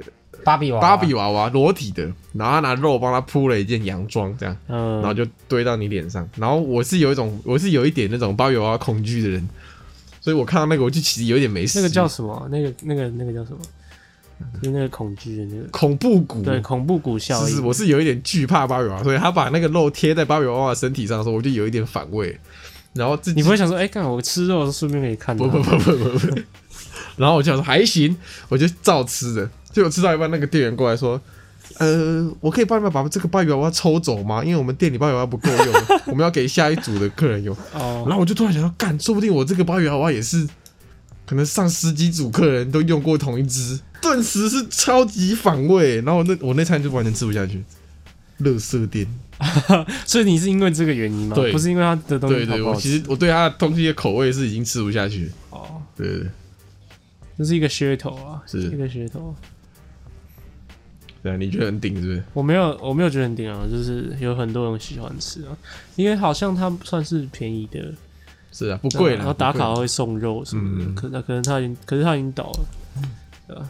芭比娃娃，芭比娃娃裸体的，然后他拿肉帮他铺了一件洋装，这样，嗯然后就堆到你脸上。然后我是有一种，我是有一点那种芭比娃娃恐惧的人，所以我看到那个我就其实有点没事。那个叫什么？那个那个那个叫什么？就是那个恐惧的那个，嗯恐怖谷，对，恐怖谷效是是，应。我是有一点惧怕芭比娃娃，所以他把那个肉贴在芭比娃娃的身体上的时候，我就有一点反胃。然后自己你不会想说，哎、干我吃肉顺便可以看到不不不不不不，然后我就想说还行，我就照吃的。结果吃到一半，那个店员过来说：“呃，我可以帮你们把这个芭比娃娃抽走吗？因为我们店里芭比娃娃不够用，我们要给下一组的客人用。”哦，然后我就突然想到，干，说不定我这个芭比娃娃也是，可能上十几组客人都用过同一只，顿时是超级反胃。然后我那我那餐就完全吃不下去，乐色店。所以你是因为这个原因吗？对不是因为它的东西对对，嗯好不我好其吃实我对它的东西的口味是已经吃不下去了。哦，对对对，这是一个噱头啊，是一个噱头。对啊，你觉得很顶是不是？我没有，我没有觉得很顶啊，就是有很多人喜欢吃啊，因为好像它算是便宜的，是啊，不贵然了。后打不贵卡哦会送肉什么的，嗯可那可能他已经，可是他已经倒了，对吧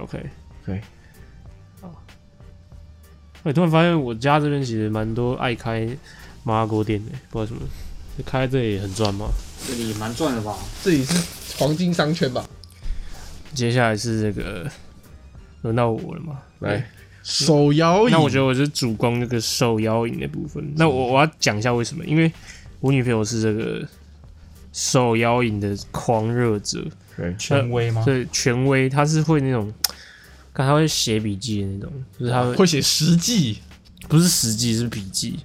？OK， OK 好。我突然发现我家这边其实蛮多爱开麻辣锅店的，不知道为什么，就开在这里也很赚嘛。这里蛮赚的吧？这里是黄金商圈吧？接下来是这个轮到我了嘛？来，手摇椅。那我觉得我是主攻那个受邀引的部分。那我我要讲一下为什么，因为我女朋友是这个受邀引的狂热者，对权威吗？所以权威他是会那种，看他会写笔记的那种，就是 他会会写实际，不是实际是笔记，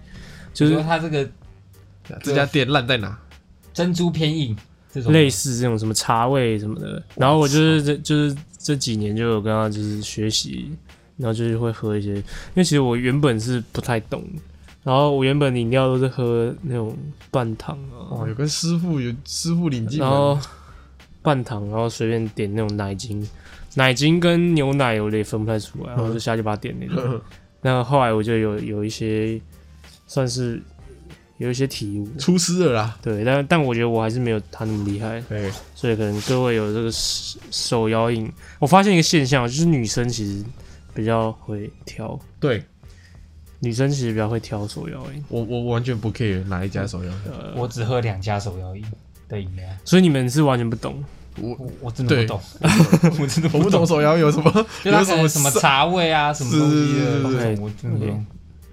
就就是说是它这个啊这家店烂在哪？珍珠偏硬这种类似这种什么茶味什么的。然后我就是这就是这几年就有跟他就是学习，然后就是会喝一些，因为其实我原本是不太懂，然后我原本饮料都是喝那种半糖啊，哦，有跟师傅有师傅领进然门，后半糖，然后随便点那种奶精，奶精跟牛奶我也分不太出来，然后我就下去把它点那种。那后来我就有有一些算是有一些体悟，出师了啦。对，但但我觉得我还是没有他那么厉害，对，所以可能各位有这个手手摇饮，我发现一个现象，就是女生其实比较会挑，对女生其实比较会挑手摇饮，我我完全不 care 哪一家手摇，我只喝两家手摇饮的饮料，所以你们是完全不懂，我我我真的对不懂， 我真的我不懂手摇有什么就它有可什能么什么上茶味啊，什么东西是是的是是那是种，我真的不懂。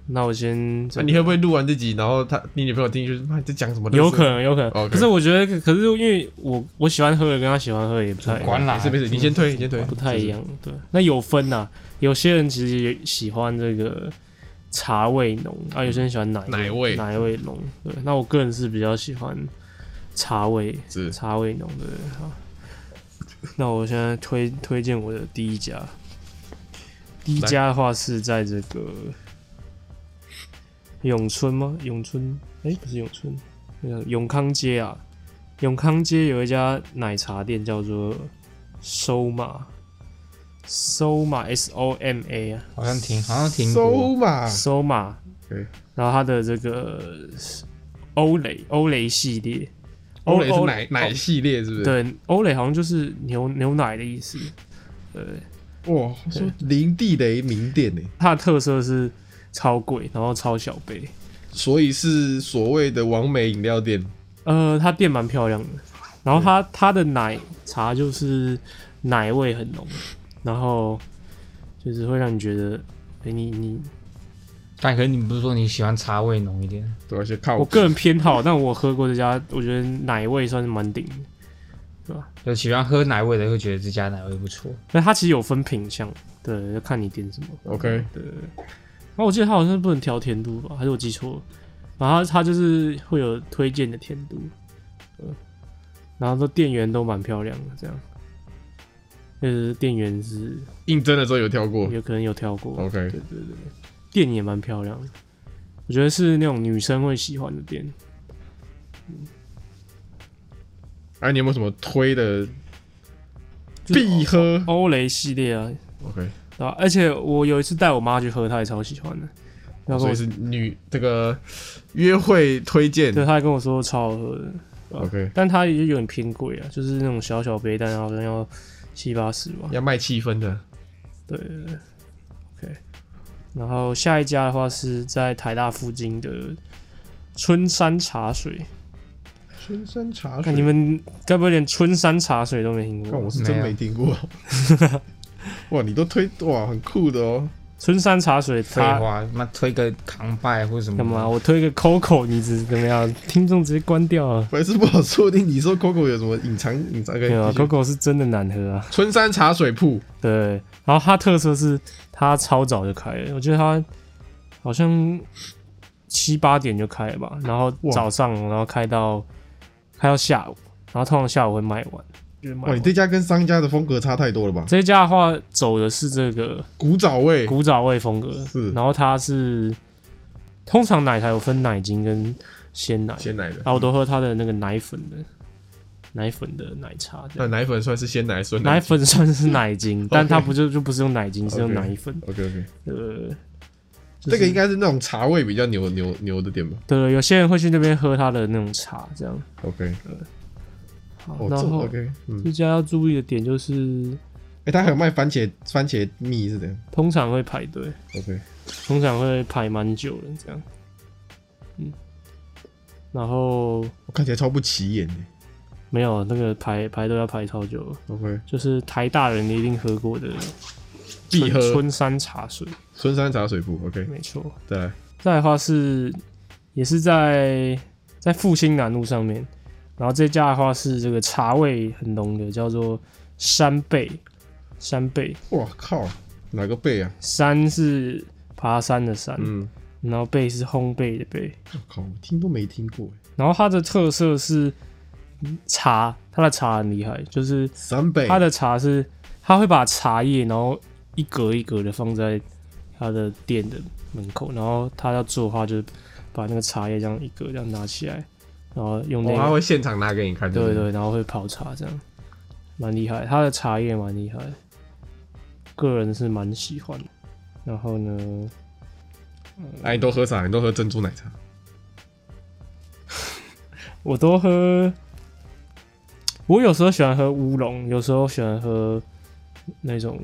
那我先这个、那你会不会录完这集，然后他你女朋友听就是妈你在讲什么？有可能，有可能。 OK 可是我觉得，可是因为我我喜欢喝的跟他喜欢喝的也不太管啦，没事没事，你先推，你先推，不太一样。对，那有分呐、有些人其实也喜欢这个茶味浓，啊，有些人喜欢奶奶味奶味浓。对，那我个人是比较喜欢茶味是茶味浓的。好，那我现在推推荐我的第一家，第一家的话是在这个永春吗？永春？哎、不是永春，那个永康街啊。永康街有一家奶茶店叫做收马，收马 S O M A 啊，好像停，好像停收过。嘛，收马。对然后它的这个欧蕾欧蕾系列，欧蕾是欧奶奶欧系列是不是？，对，欧蕾好像就是牛牛奶的意思。对，哇，说林地雷名店呢，它的特色是超贵，然后超小杯。所以是所谓的完美饮料店，呃，它店蛮漂亮的，然后它它的奶茶就是奶味很浓，然后就是会让你觉得，哎、你你但可是你不是说你喜欢茶味浓一点？对，而且靠我个人偏好，但我喝过这家，我觉得奶味算是蛮顶的。就喜欢喝奶味的会觉得这家奶味不错。但它其实有分品相，对，要看你点什么。 OK 对。然后我记得它好像不能调甜度吧，还是我记错了？然后它它就是会有推荐的甜度，对。然后这店员都蛮漂亮的，这样。呃，店员是应征的时候有跳过有可能有挑过。嗯，OK，对对对，店也蛮漂亮的，我觉得是那种女生会喜欢的店。哎，你有没有什么推的必喝欧蕾系列啊， ？OK，对吧？而且我有一次带我妈去喝，她也超喜欢的。然后哦所以是女这个约会推荐对，她还跟我说超好喝的， ，OK，但它也有点偏贵啊，就是那种小小杯，但好像要七八十吧。要卖气氛的，对对对，OK。然后下一家的话是在台大附近的春山茶水，春山茶看你们该不会连春山茶水都没听看过我？是没真有没啊 听过。哇，你都推哇，很酷的哦。春山茶水废它话，妈推个扛拜或者什么？干嘛？？我推个 Coco，你只是怎么样？听众直接关掉啊！百思不好说不定你说 Coco 有什么隐藏隐藏可以没有啊继续，Coco 是真的难喝啊。春山茶水铺对，然后它特色是它超早就开了，我觉得它好像七八点就开了吧，然后哇早上然后开到开到下午，然后通常下午会卖完，就是买哇，你这家跟商家的风格差太多了吧？这一家的话走的是这个古早味，古早味风格，是然后它是通常奶茶有分奶精跟鲜奶，鲜奶的。啊，我都喝它的那个奶粉的奶粉的奶茶这那样，奶粉算是鲜奶酸奶奶粉算是奶精，但它不就就不是用奶精，是用 OK 奶粉， OK OK，呃，就是这个应该是那种茶味比较牛牛牛的店吧对，有些人会去那边喝它的那种茶这样。 ？OK，好哦，然这后 OK，嗯，这家要注意的点就是，哎，他还有卖番茄番茄蜜是怎样通常会排队， ？OK，通常会排蛮久的这样。嗯，然后我看起来超不起眼的。没有那个排排队要排超久了， OK，就是台大人一定喝过的必春喝春山茶水，春山茶水铺。OK，没错。再来，再来的话是也是在在复兴南路上面，然后这家的话是这个茶味很浓的，叫做山贝，山贝哇靠，哪个贝啊？山是爬山的山，嗯，然后贝是烘焙的贝，我靠，我听都没听过。然后它的特色是嗯茶，它的茶很厉害，就是三贝，哦它的茶是它会把茶叶然后一格一格的放在它的店的门口，然后他要做的话就是把那个茶叶这样一格这样拿起来，然后用那哦，他个、会现场拿给你看，对不对，然后会泡茶这样，蛮厉害，它的茶叶蛮厉害，个人是蛮喜欢的。然后呢，哎，你都喝啥？你都喝珍珠奶茶。我都喝，我有时候喜欢喝乌龙，有时候喜欢喝那种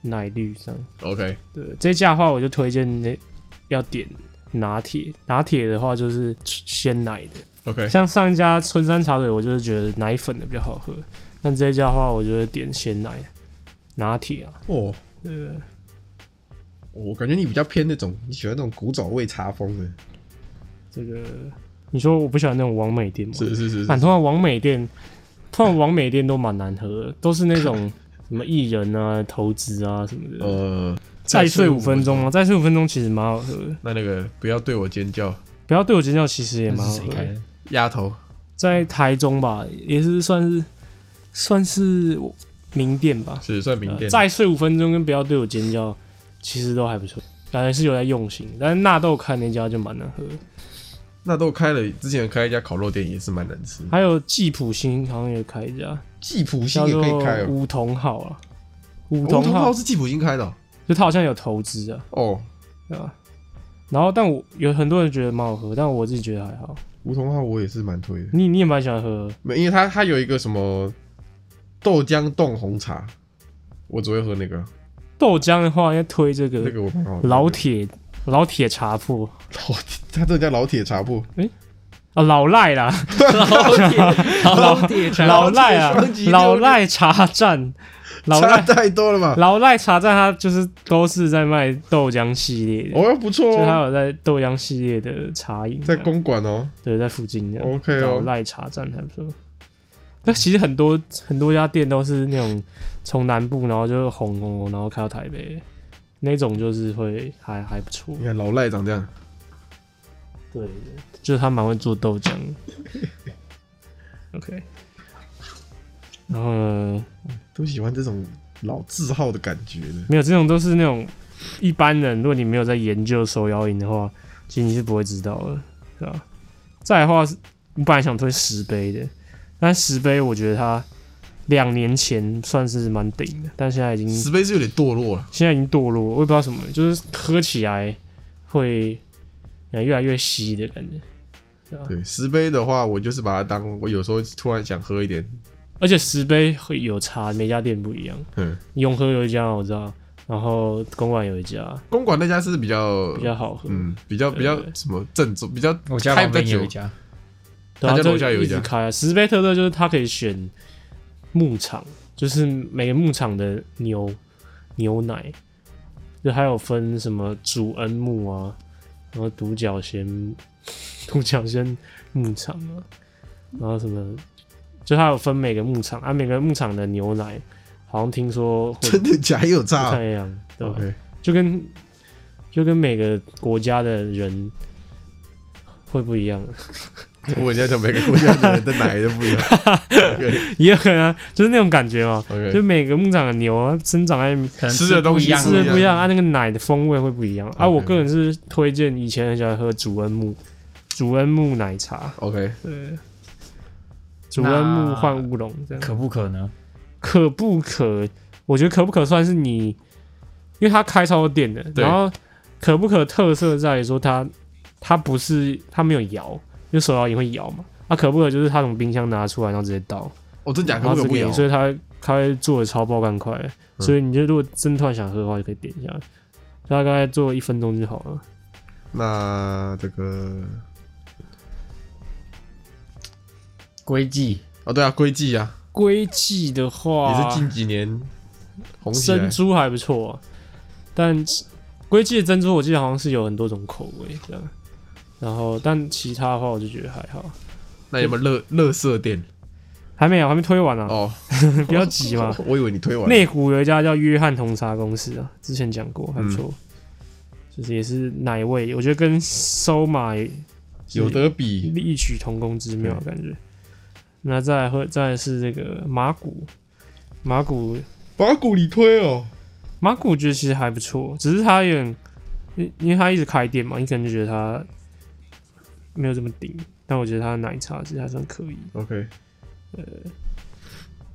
奶绿这样。 OK，对，这家的话我就推荐那要点拿铁，拿铁的话就是鲜奶的， OK，像上一家春山茶水，我就是觉得奶粉的比较好喝，但这家的话，我就会点鲜奶拿铁啊，哦，对，我感觉你比较偏那种，你喜欢那种古早味茶风的。这个你说我不喜欢那种王美店吗？是是是啊，，通常王美店，通常王美店都蛮难喝的，都是那种什么艺人啊、投资啊什么的。呃，再睡五分钟吗？啊再睡五分钟其实蛮好喝的，那那个不要对我尖叫，不要对我尖叫，其实也蛮那好是谁喝开的。的？丫头，在台中吧，也是算是算是名店吧。是算名呃店，再睡五分钟跟不要对我尖叫，其实都还不错，感觉是有在用心。但是纳豆开那家就蛮难喝的，那都开了，之前开一家烤肉店也是蛮难吃，还有吉普星好像也开一家，吉普星叫也做可以开哦。梧桐号啊，梧梧桐桐号号是吉普星开的哦就他好像有投资啊，哦，对吧？然后，但我有很多人觉得蛮好喝，但我自己觉得还好。梧桐号我也是蛮推的，你你也蛮喜欢喝，没，因为它它有一个什么豆浆冻红茶，我只会喝那个，豆浆的话要推这那个个我蛮好喝的。老铁老铁茶铺老铁， 它这叫老铁茶铺，啊，老赖啦， 老铁茶老赖啊双击，六老赖茶站，老差赖太多了吧？老赖茶站，它就是都是在卖豆浆系列的，哦，不错就它哦，有在豆浆系列的茶饮，啊在公馆哦。对，在附近这样。 OK 老哦，赖茶站还不错。那其实很多很多家店都是那种从南部，然后就红红红，然后开到台北，那种就是会还还不错你。看老赖长这样，对，就是他蛮会做豆浆。OK，然后呢？都喜欢这种老字号的感觉呢。没有，这种都是那种一般人，如果你没有在研究手摇饮的话，其实你是不会知道的，对吧？再来的话是，我本来想推石杯的，但石杯我觉得它两年前算是蛮顶的，但现在已经石碑是有点堕落了，现在已经堕落，我也不知道什么，就是喝起来会呃越来越稀的感觉，对，石碑的话，我就是把它当，我有时候突然想喝一点，而且石杯会有差，每家店不一样。嗯，永和有一家我知道，然后公馆有一家公馆那家是比较比。较好喝，嗯，比较对比较对什么正宗，比较我家开旁比较边有久一，家，对啊，他家就楼下有一家直开啊。十倍特色就是它可以选牧场，就是每个牧场的牛牛奶，就还有分什么主恩牧啊，然后独角仙独角仙牧场啊，然后什么，就它有分每个牧场啊，每个牧场的牛奶好像听说会真的假有不炸太一样，对吧？ ？OK，就跟就跟每个国家的人会不一样， 我现在讲每个国家的人的奶都不一样。也有可能啊就是那种感觉嘛。就 OK，每个牧场的牛啊，生长在可能吃的东西不一样吃的不一样，它、那个奶的风味会不一样。啊， OK 我个人是推荐以前很喜欢喝祖恩木，祖恩木奶茶， OK，对，祖恩木换乌龙这样。可不可呢？可不可？我觉得可不可算是你，因为它开超多店的，对然后可不可特色在于说它它不是它没有摇，就手摇也会摇嘛。啊，可不可就是它从冰箱拿出来，然后直接倒，我哦真假然哎可后不可这不嗯个一也，样？所以它它会做的超爆干快的，所以你就如果真突然想喝的话，就可以点一下，大概做一分钟就好了。那这个规矩哦，对啊，龟记啊，龟记的话，也是近几年红起来珍。珠还不错、啊，但龟记的珍珠我记得好像是有很多种口味这样。然后，但其他的话我就觉得还好，那有没有乐乐色店？还没有，还没推完啊，哦， 不要急 嘛。我以为你推完了。内湖有一家叫约翰红茶公司啊，之前讲过，还嗯不错，就是也是奶味，我觉得跟收买有得比，异曲同工之妙的感觉。那再来喝，再来是这个马古，马古把骨里推哦。马古我觉得其实还不错，只是它有点，因因为它一直开店嘛，你可能就觉得它没有这么顶。但我觉得它的奶茶其实还算可以。 OK，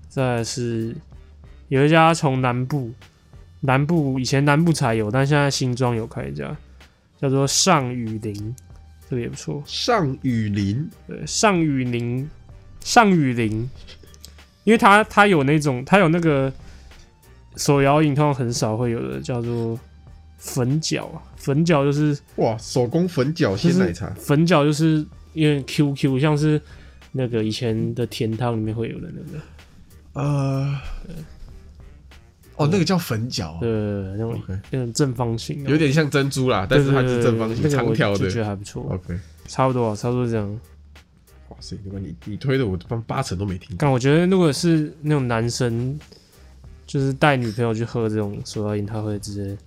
再来是有一家从南部，南部以前南部才有，但现在新庄有开一家，叫做上雨林，这个也不错。上雨林对，上雨林，上雨林，因为它它有那种它有那个手摇饮，通常很少会有的，叫做粉饺啊。粉饺就是哇，手工粉饺鲜奶茶，粉饺，就是因为 QQ，像是那个以前的甜汤里面会有的那个，呃，哦，那个叫粉饺啊，对，那种 OK 那种正方形的，有点像珍珠啦，但对，是它是正方形对对对那个长我条就觉的。得还不错， OK，差不多啊，差不多这样。哇塞，他妈你你推的我他妈八成都没听过。但我觉得如果是那种男生，就是带女朋友去喝这种手摇饮，他会直接直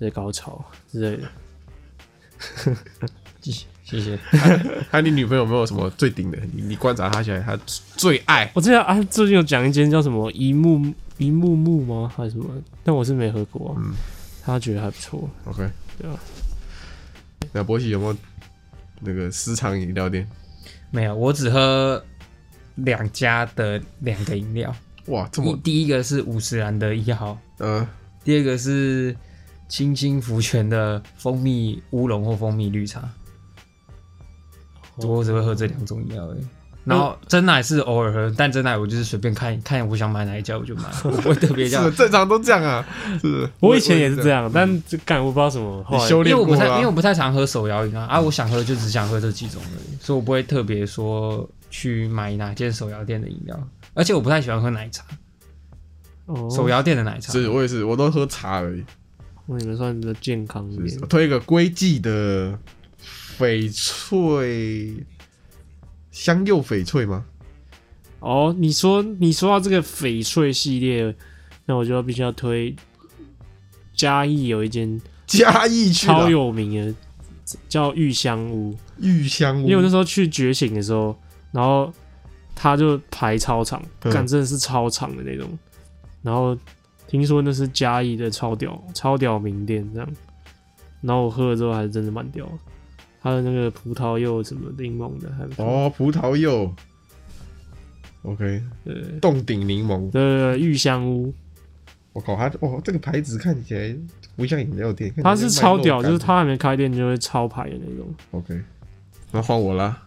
接高潮之类的。谢谢。 还有你女朋友有没有什么最顶的？你你观察她起来，她最爱我之前啊，最近有讲一间叫什么一木一木木吗？还是什么？但我是没喝过、啊，嗯他觉得还不错。 OK，对啊。那博喜有没有那个私藏饮料店？没有，我只喝两家的两个饮料，哇，这一么第一个是五十兰的一号，呃，第二个是清新福泉的蜂蜜乌龙或蜂蜜绿茶。哦我只会喝这两种饮料而已。然后真奶是偶尔喝，但真奶我就是随便看看我想买哪一家我就 买，我不会特别是叫的，正常都这样啊，是的。我以前也是这样，嗯但这干我不知道什么，后你来修因为炼我过不太了因啊为我不太常喝手摇饮啊，啊，我想喝就只想喝这几种而已，所以我不会特别说去买哪间手摇店的饮料，而且我不太喜欢喝奶茶，哦手摇店的奶茶。是我也是，我都喝茶而已。我你们算比较健康一点我。推一个龟记的翡翠香柚翡翠吗？哦，你说你说到这个翡翠系列，那我就要必须要推嘉义有一间嘉义去超的啊有名的，叫玉香屋。玉香因为我那屋，时候去觉醒的时候，然后他就排超长，嗯干真的是超长的那种。然后听说那是嘉义的超屌超屌名店这样，然后我喝了之后还是真的蛮屌的，它的那个葡萄柚什么柠檬的还不错。哦，葡萄柚，OK，对对洞顶柠檬，对，玉香屋，我靠，它哦，这个牌子看起来不像饮料店，看起来它是超屌，卖就肉是干它还没开店就会超排的那种。 OK，那换我啦。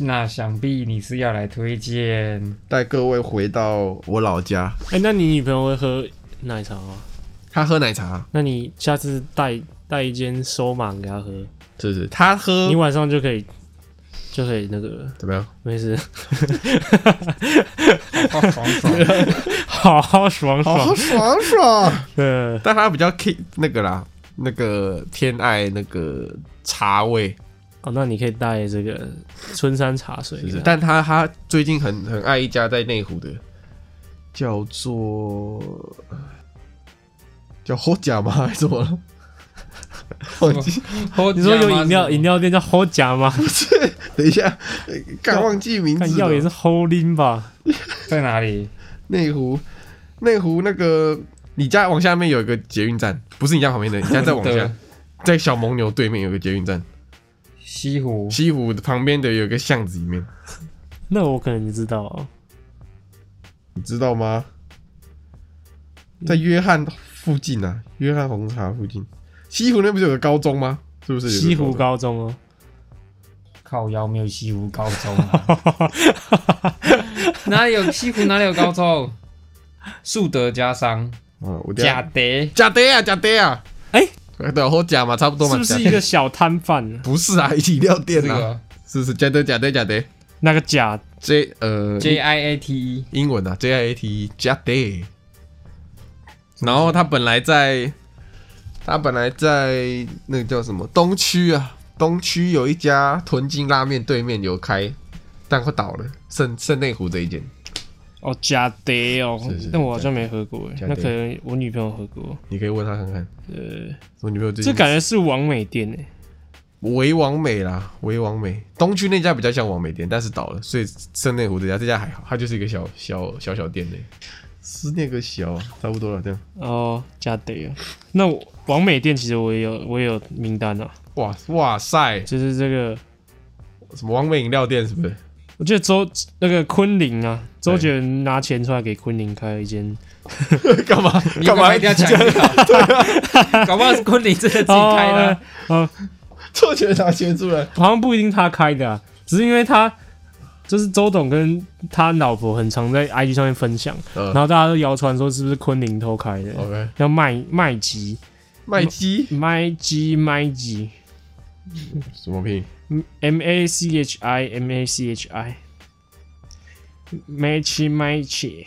那想必你是要来推荐带各位回到我老家，哎、那你女朋友会喝奶茶吗？他喝奶茶，那你下次带带一间收满给她喝，是不是？他喝你晚上就可以就可以那个了。怎么样？没事，好爽爽， 好好爽好爽。哦爽爽。对， 但他比较 k 那个啦，那个偏爱那个茶味，哦，那你可以带这个春山茶水是给不是？他，但他他最近很很爱一家在内湖的，叫 做叫霍甲吗？还是什么？忘记， 你说有饮料饮料店叫 h o 甲吗？等一下，呃干忘记名看字药也是了。 Holin 吧？在哪里？内湖，内湖那个你家往下面有一个捷运站，不是你家旁边的，你 家再往对下，在小蒙牛对面有个捷运站，西湖西湖旁边的有一个巷子里面，那我可能就知道哦。你知道吗？在约翰附近啊，约翰红茶附近，西湖那不是有个高中吗？是不是有个西湖中高中 哦，靠腰没有西湖高中、啊， 哪里有西湖哪里有高中？树德家商，啊，我等一下假的，假的呀，假的呀！哎对，好假嘛，差不多嘛。是不是假一的个小摊贩？不是啊，饮料店这啊，个是是假的，假的，假的。那个甲 J 呃 J I A T E 英文啊，J I A T E 假的。然后他本来在，他本来在那个叫什么东区啊，东区有一家豚筋拉面，对面有开，但快倒了，圣圣内湖这一间，哦，甲德哦是是，但我好像没喝过甲哎，德那可能我女朋友喝过。你可以问他看看。呃，我女朋友最这近感觉是王美店哎，唯王美啦，唯王美。东区那家比较像王美店，但是倒了，所以圣内湖这家这家还好，它就是一个小小小小店呢、是那个小，啊差不多了这样。哦，甲德哦。那我王美店其实我也有我也有名单啊，哇哇塞，就是这个，什么王美饮料店是不是？我记得周那个昆凌啊，周对杰伦拿钱出来给昆凌开了一间， 干嘛你干嘛一定要讲一 下？搞不好是昆凌真的自己开的啊，错觉拿钱出来？哦好像不一定他开的、啊，只是因为他就是周董跟他老婆很常在 IG 上面分享，嗯哦然后大家都谣传说是不是昆凌偷开的， OK，要卖卖鸡麦基卖鸡卖鸡什么拼？ M A C H I M A C H I 卖鸡卖鸡，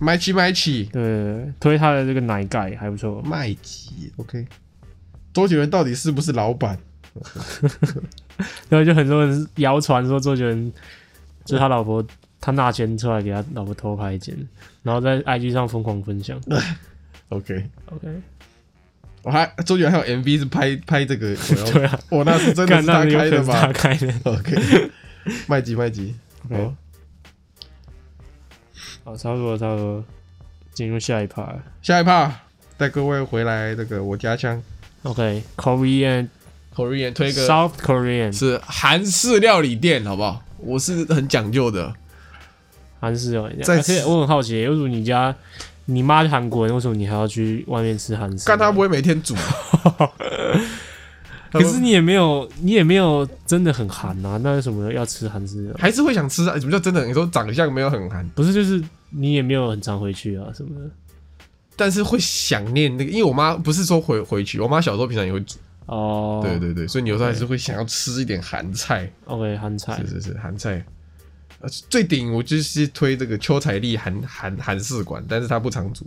麦基麦基对，推他的这个奶盖还不错，麦基，OK。周杰伦到底是不是老板？然后就很多人谣传说周杰伦就是他老婆。他拿钱出来给他老婆偷拍一间，然后在 IG 上疯狂分享。 OK， OK，我还周杰伦还有 MV 是拍拍这个， 对啊，我那是真的干是那他个有可能开的是他吧开的。哦？OK，麦基麦基，好。好，差不多了，差不多了，进入下一趴了。下一趴带各位回来这个我家乡 OK，Korean、 Korean 推个 South Korean 是韩式料理店，好不好？我是很讲究的，韩式料理店。在而且我很好奇，为什么你家你妈是韩国人，为什么你还要去外面吃韩式？但他不会每 天煮，可是你也没有，你也没有真的很韩啊，那为什么要吃韩式料理？还是会想吃啊。什么叫真的？你说长相没有很韩，不是，就是你也没有很常回去啊什么的。但是会想念那个，因为我妈不是说回回去，我妈小时候平常也会煮，哦，对对对，所以你有时候还是会想要吃一点韩菜， ，OK，韩菜是是是韩菜。呃，最顶我就是推这个邱彩丽韩韩韩式馆，但是她不常煮，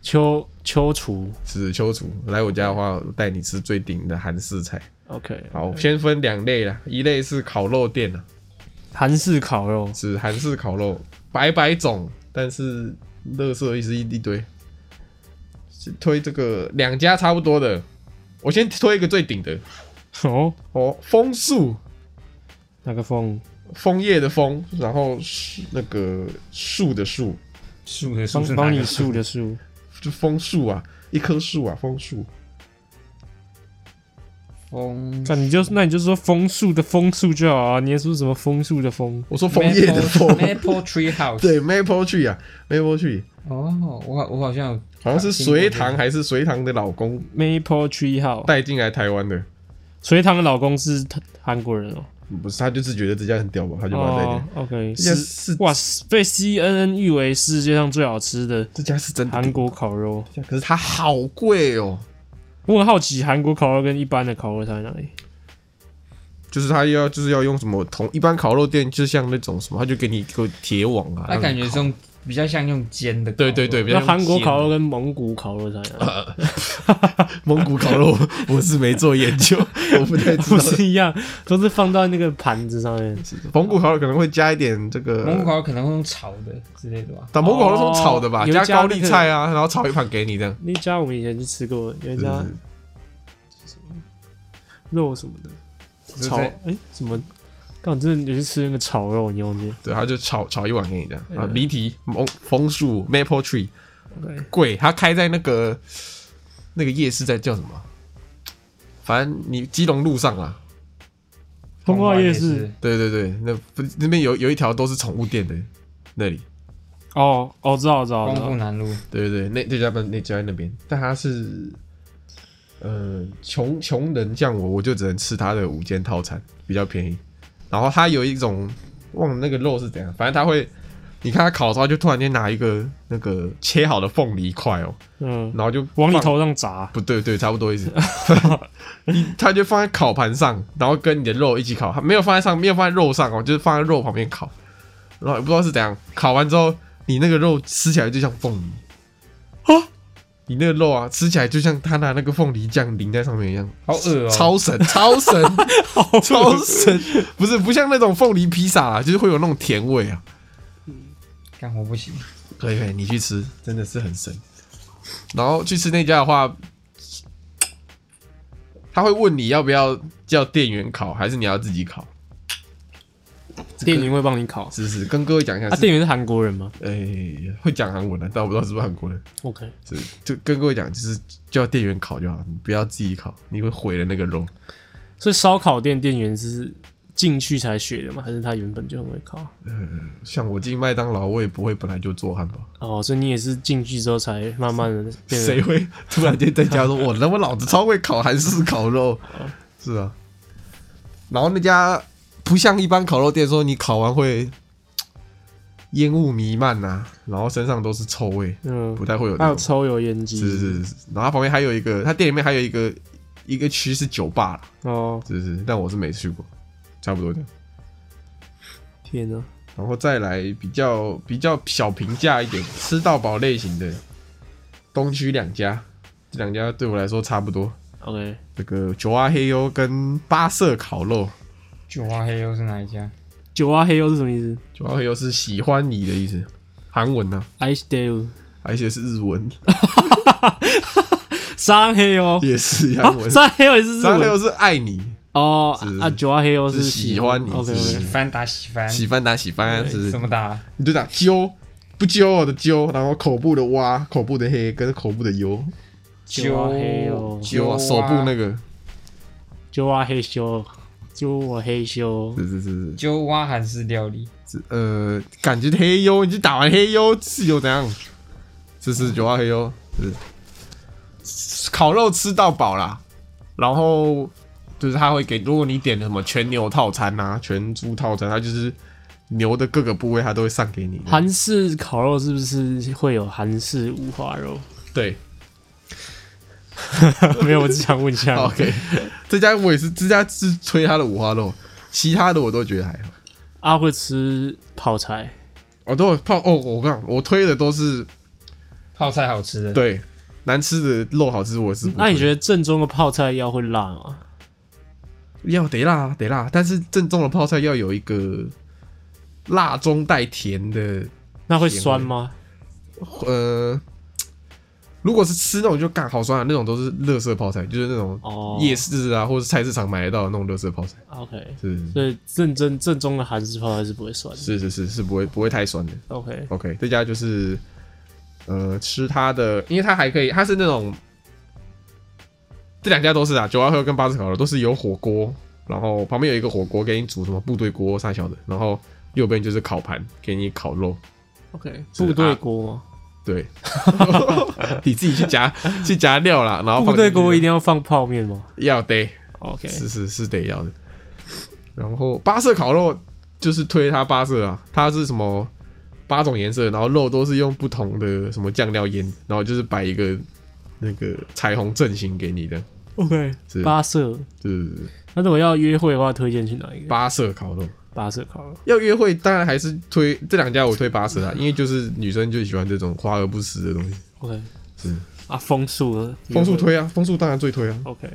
秋秋厨是邱厨。来我家的话，我带你吃最顶的韩式菜。 ，OK，好，先分两类啦，一类是烤肉店啊啦，韩式烤肉，是韩式烤肉，百百种，但是乐色也是一一堆。是推这个两家差不多的，我先推一个最顶的哦，哦，枫树那个凤枫叶的枫，然后是那个树的树，树的帮树是哪帮你个？树的树，就枫树啊，一棵树啊，枫树。枫那你就那你就说枫树的枫树就好啊，你也说什么枫树的枫？我说枫叶 的枫 Maple-，，Maple Tree House。对，maple tree 啊，maple tree，哦，我好我好像有好像是听过隋这个唐还是隋唐的老公 Maple Tree House，带进来台湾的，隋唐的老公是他韩国人哦。不是他就是觉得这家很屌吧，他就把它带进来哦。，OK，这家是是哇，是被 CNN 誉为世界上最好吃的这家是真的韩国烤肉。顶，可是它好贵哦。我很好奇，韩国烤肉跟一般的烤肉差在哪里？就是它要就是要用什么同一般烤肉店，就像那种什么，它就给你一个铁网啊，他让你感觉是烤用比较像用煎的，对对对，，比较那像韩国煎烤肉跟蒙古烤肉差在哪里？蒙古烤肉， 我是没做研究，我不太知不道。是一样，都是放到那个盘子上 面。蒙古烤肉可能会加一点这个，蒙古烤肉可能会用炒的之类的吧。打蒙古烤肉是用炒的吧，哦有加加高丽菜啊，然后炒一盘给你这样。那家我们以前去吃过，有一家是啊肉什么的，是炒在哎、什么？刚真的有去吃那个炒肉，你忘记了？对，他就炒炒一碗给你这样啊。嗯离题，枫枫树 maple tree 对贵，它开在那个那个夜市在叫什么啊？反正你基隆路上啊，通化夜市市对对对，那不那边有有一条都是宠物店的，那里，哦哦，知道知道光知复道，南路，对对对，那那家不那家在那边，但它是，呃，穷穷人像我，我就只能吃它的五间套餐，比较便宜。然后它有一种忘了那个肉是怎样，反正它会，你看它烤的时候，它就突然间拿一个那个切好的凤梨块哦，嗯，然后就往你放头上砸，不对，对，差不多意思。 你它就放在烤盘上，然后跟你的肉一起烤，它没有放在上，没有放在肉上哦，就是放在肉旁边烤。然后也不知道是怎样，烤完之后，你那个肉吃起来就像凤梨啊，你那个肉啊，吃起来就像他拿那个凤梨酱淋在上面一样， 好恶哦、超神，超神，超神！不是不像那种凤梨披萨啊，就是会有那种甜味啊。干我不行，可以可以，你去吃，真的是很神。然后去吃那家的话，他会问你要不要叫店员烤，还是你要自己烤？店员会帮你烤。是不是？跟各位讲一下啊，是，店员是韩国人吗哎、会讲韩文的、啊但我不知道是不是韩国人。 ？OK，是，就跟各位讲，就是叫店员烤就好，你不要自己烤，你会毁了那个肉。所以烧烤店店员是进去才学的吗？还是他原本就很会烤？像我进麦当劳，我也不会本来就做汉堡，哦，所以你也是进去之后才慢慢的变得谁会突然间在家说，我那我老子超会烤韩式烤肉？ 是啊，然后那家不像一般烤肉店，说你烤完会烟雾弥漫呐、然后身上都是臭味，嗯不，太会有还那有种。抽油烟机，是是是是，然后它旁边还有一个，它店里面还有一个一个区是酒吧啦，哦，是是，但我是没去过，差不多这样。天哪、然后再来比较比较小平价一点，吃到饱类型的，东区两家，这两家对我来说差不多。 o k 这个九阿黑油跟八色烤肉，九花黑又是哪一家？九啊黑又是什么意思九阿黑油是喜欢你的意思，韩文啊呐、 ？I stay you，而且是日文，沙黑哟，也哦是啊韩，文。沙黑又也是日九阿黑油文是爱你，哦是，啊，九啊黑又是喜欢你 OK 是 OK，喜翻打喜翻，嗯喜欢打喜欢啊是不怎是？么打？你就打揪，不揪我的揪，然后口部的哇，口部的黑跟口部的油，九啊黑哦哟，揪啊手部那个，九啊黑修，九我黑修，是是是是揪蛙韩式料理，是，呃，感觉黑优，你就打完黑优是又怎样？是是九阿黑优，是烤肉吃到饱啦，然后就是他会给，如果你点什么全牛套餐啊、全猪套餐，他就是牛的各个部位他都会上给你。韩式烤肉是不是会有韩式五花 肉？对没有，我只想问一下。 ，OK，这家我也是，这家是吹他的五花肉，其他的我都觉得还好。阿啊会吃泡菜，我都有泡哦，我跟你讲，我推的都是泡菜好吃的，对难吃的肉好吃，我是不那你推觉得正宗的泡菜要会辣吗？要得辣得辣，但是正宗的泡菜要有一个辣中带甜的，那会酸吗？呃，如果是吃那种就干好酸啊，那种都是乐色泡菜，就是那种哦夜市啊、或者菜市场买得到的那种乐色泡菜， ，OK。是所以正正正宗的韩式泡菜是不会酸的。是是是是不会不会太酸的。 OK， OK，这家就是呃吃它的，因为它还可以，它是那种这两家都是啊，九幺喝跟八字烤肉都是有火锅，然后旁边有一个火锅给你煮什么部队锅啥小的，然后右边就是烤盘给你烤肉。 OK，是啊部队锅吗？对， 你自己去夹去夹料啦，然后部放队进去锅一定要放泡面吗要得， ？OK，是是是得要的。然后八色烤肉就是推它八色啊，它是什么八种颜色，然后肉都是用不同的什么酱料腌，然后就是摆一个那个彩虹阵型给你的， OK，是八色。就是那如果要约会的话，推荐去哪一个？八色烤肉。八色烤肉。要约会，当然还是推这两家，我推八色啊，因为就是女生就喜欢这种华而不实的东西。 OK，是啊，枫树呢？枫树推啊，枫树当然最推啊。 OK，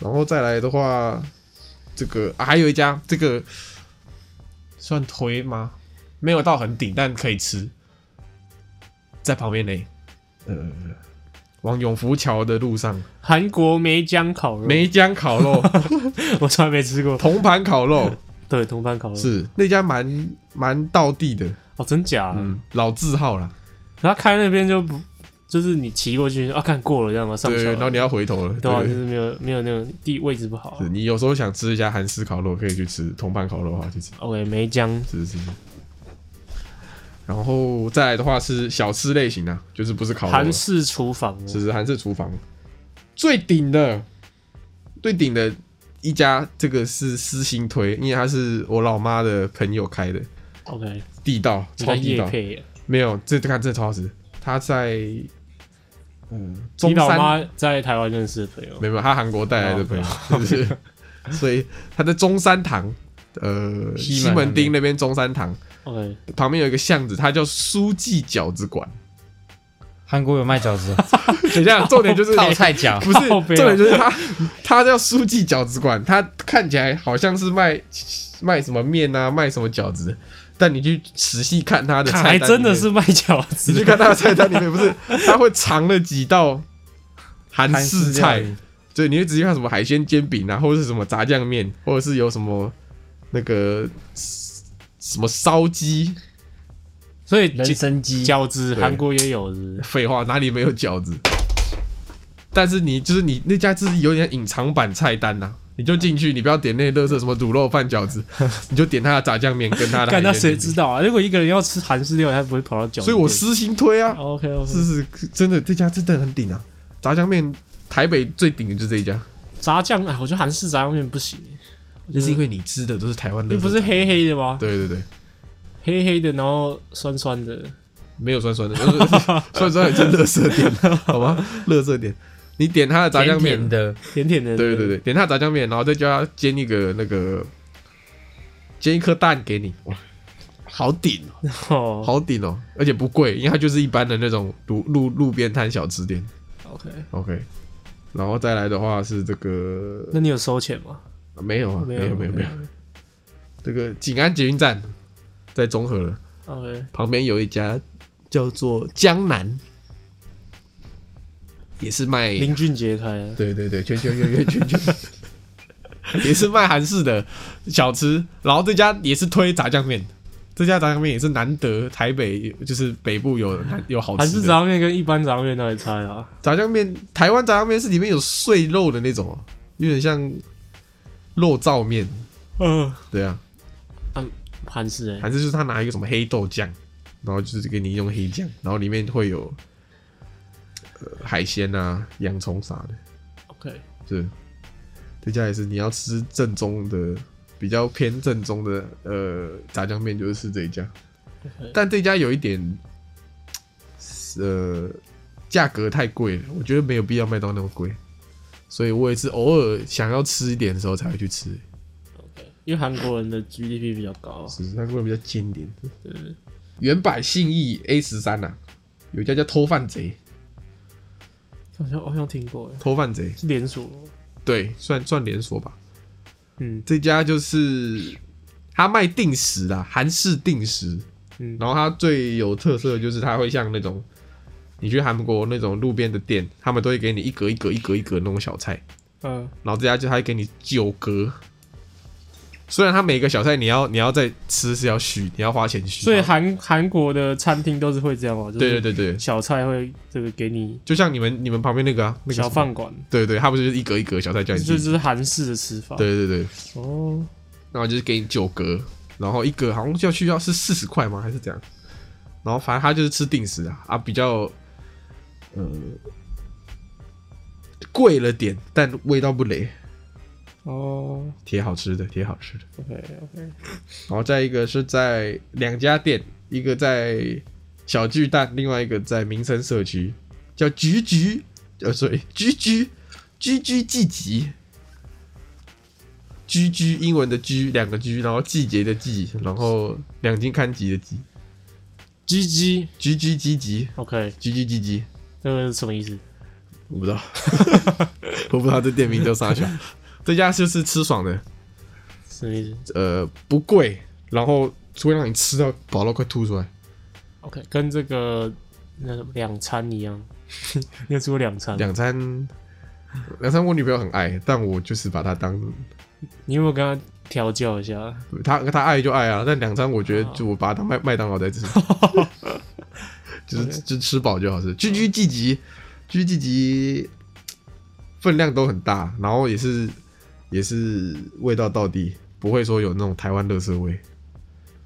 然后再来的话，这个、啊、还有一家，这个算推吗？没有呃到很顶，但可以吃，在旁边呢。呃，往永福桥的路上，韩国梅江烤肉，梅江烤肉、 我从来没吃过。铜盘烤肉对，铜板烤肉是那家蛮蛮道地的，哦，真假？嗯，老字号啦。然后开那边就不，就是你骑过去啊，看过了，这样吗？上对，桥然后了，你要回头了，对啊，就对。是没有没有那种地位置不好啊是。你有时候想吃一下韩式烤肉，可以去吃铜盘烤肉，好去吃 OK，梅江是是是。然后再来的话是小吃类型啊，就是不是烤肉了韩式厨房哦，是是韩式厨房最顶的，最顶的一家，这个是私心推，因为他是我老妈的朋友开的， OK，地道，你超看地叶道，配耶，没有，这看这超好吃，他在嗯中你老山，妈哦在台湾认识的朋友没有，他韩国带来的朋友， 就是所以他在中山堂，呃西门西门那边町那边中山堂，OK，旁边有一个巷子，它叫书记饺子馆。韩国有卖饺子， 等一下，重点就是泡菜饺， 不 是，靠背重啊点就是他，他叫书记饺子馆，他看起来好像是卖卖什么面啊，卖什么饺子的，但你去仔细看他的菜单还里面，真的是卖饺你去子，看他的菜单里 面，不是他会藏了几道韩韩式式菜料理，对，你会仔细看什么海鲜煎饼啊，或者是什么炸酱面，或者是有什么那个什么烧鸡，所以人参鸡，饺子对韩国也有是不是废话，哪里没有饺子？但是你就是你那家就是有点隐藏版菜单呐、你就进去，你不要点那乐色什么卤肉饭、饺子， 你就点他的炸酱面跟他的。干那谁知？道啊？如果一个人要吃韩式料理，他不会跑到饺子店。所以我私心推啊， OK OK，是是真的，这家真的很顶啊！炸酱面台北最顶的就是这一家，炸酱，哎，我觉得韩式炸酱面不行耶，就是因为你吃的都嗯是台湾那的，不是？黑黑的吗？对对 对，黑黑的，然后酸酸的，没有酸酸的，酸酸也是 乐色点，好吗？乐色点，你点他的炸酱甜甜，面的，甜甜的。对对对，点他炸酱面，然后再叫他煎一个那个煎一颗蛋给你，哇，好顶哦， 哦好顶哦，而且不贵，因为它就是一般的那种路路路边摊小吃店。 ，OK。 OK，然后再来的话是这个那你有收钱吗？没有啊，没有没有没有。有，这个景安捷运站在中和了， OK，旁边有一家叫做江南，也是卖林俊杰开的，对对对，圈圈圈圈圈 圈，也是卖韩式的小吃，然后这家也是推炸酱面，这家炸酱面也是难得台北就是北部有有好韩吃式的炸酱面跟一般炸酱面哪里差啊？炸酱面，台湾炸酱面是里面有碎肉的那种哦，有点像肉燥面，嗯，对啊，韩式哎，反正就是他拿一个什么黑豆酱，然后就是给你用黑酱，然后里面会有、呃、海鲜啊、洋葱啥的。 OK，是，这家也是你要吃正宗的，比较偏正宗的呃炸酱面，就是吃这一家。但这家有一点，呃，价格太贵了，我觉得没有必要卖到那么贵，所以我也是偶尔想要吃一点的时候才会去吃。因为韩国人的 GDP 比较高啊，只是它会比较经典。原版信义 A 十三呐，有一家叫偷饭贼，好像好像听过哎，偷饭贼是连锁吗，对，算算连锁吧。嗯这家就是他卖定时啦，韩式定时。嗯然后它最有特色的就是它会像那种你去韩国那种路边的店，他们都会给你一格一格一格一格那种小菜，嗯，然后这家就它会给你九格。虽然它每个小菜你要你要再吃是要续，你要花钱续。所以韩韩国的餐厅都是会这样哦，对对，对对，小菜会这个给你就像你们你们旁边那个啊，那个小什么，饭馆，对对，它不是就是一格一格小菜叫这你就吃？是韩式的吃法，对对对，哦，然后就是给你九格，然后一格好像就要需要是四十块吗？还是怎样？然后反正他就是吃定时啊，啊比较呃贵了点，但味道不雷，哦挺好吃的，挺好吃的。 ，OK OK，然后再一个是在两家店，一个在小巨蛋，另外一个在民生社区，叫菊菊，呃，sorry，居居，居居季集。居居英文的居，两个居，然后季节的季，然后两斤刊集的集，鸡鸡居居积极， ，OK，居居积极，这个是什么意思？我不知道，我不知道这店名叫啥小，这家就是吃爽的，什么意思呃，不贵，然后会让你吃到饱到快吐出来。 ？OK，跟这个那什么两餐一样， 你有吃过两餐？两餐，两餐我女朋友很爱，但我就是把她当你有没有跟他调教一下？她她爱就爱啊，但两餐我觉哦得就我把它当麦麦当劳 在吃，就是就吃饱就好吃。居居季集，居居季集分量都很大，然后也是也是味道到底，不会说有那种台湾垃圾味，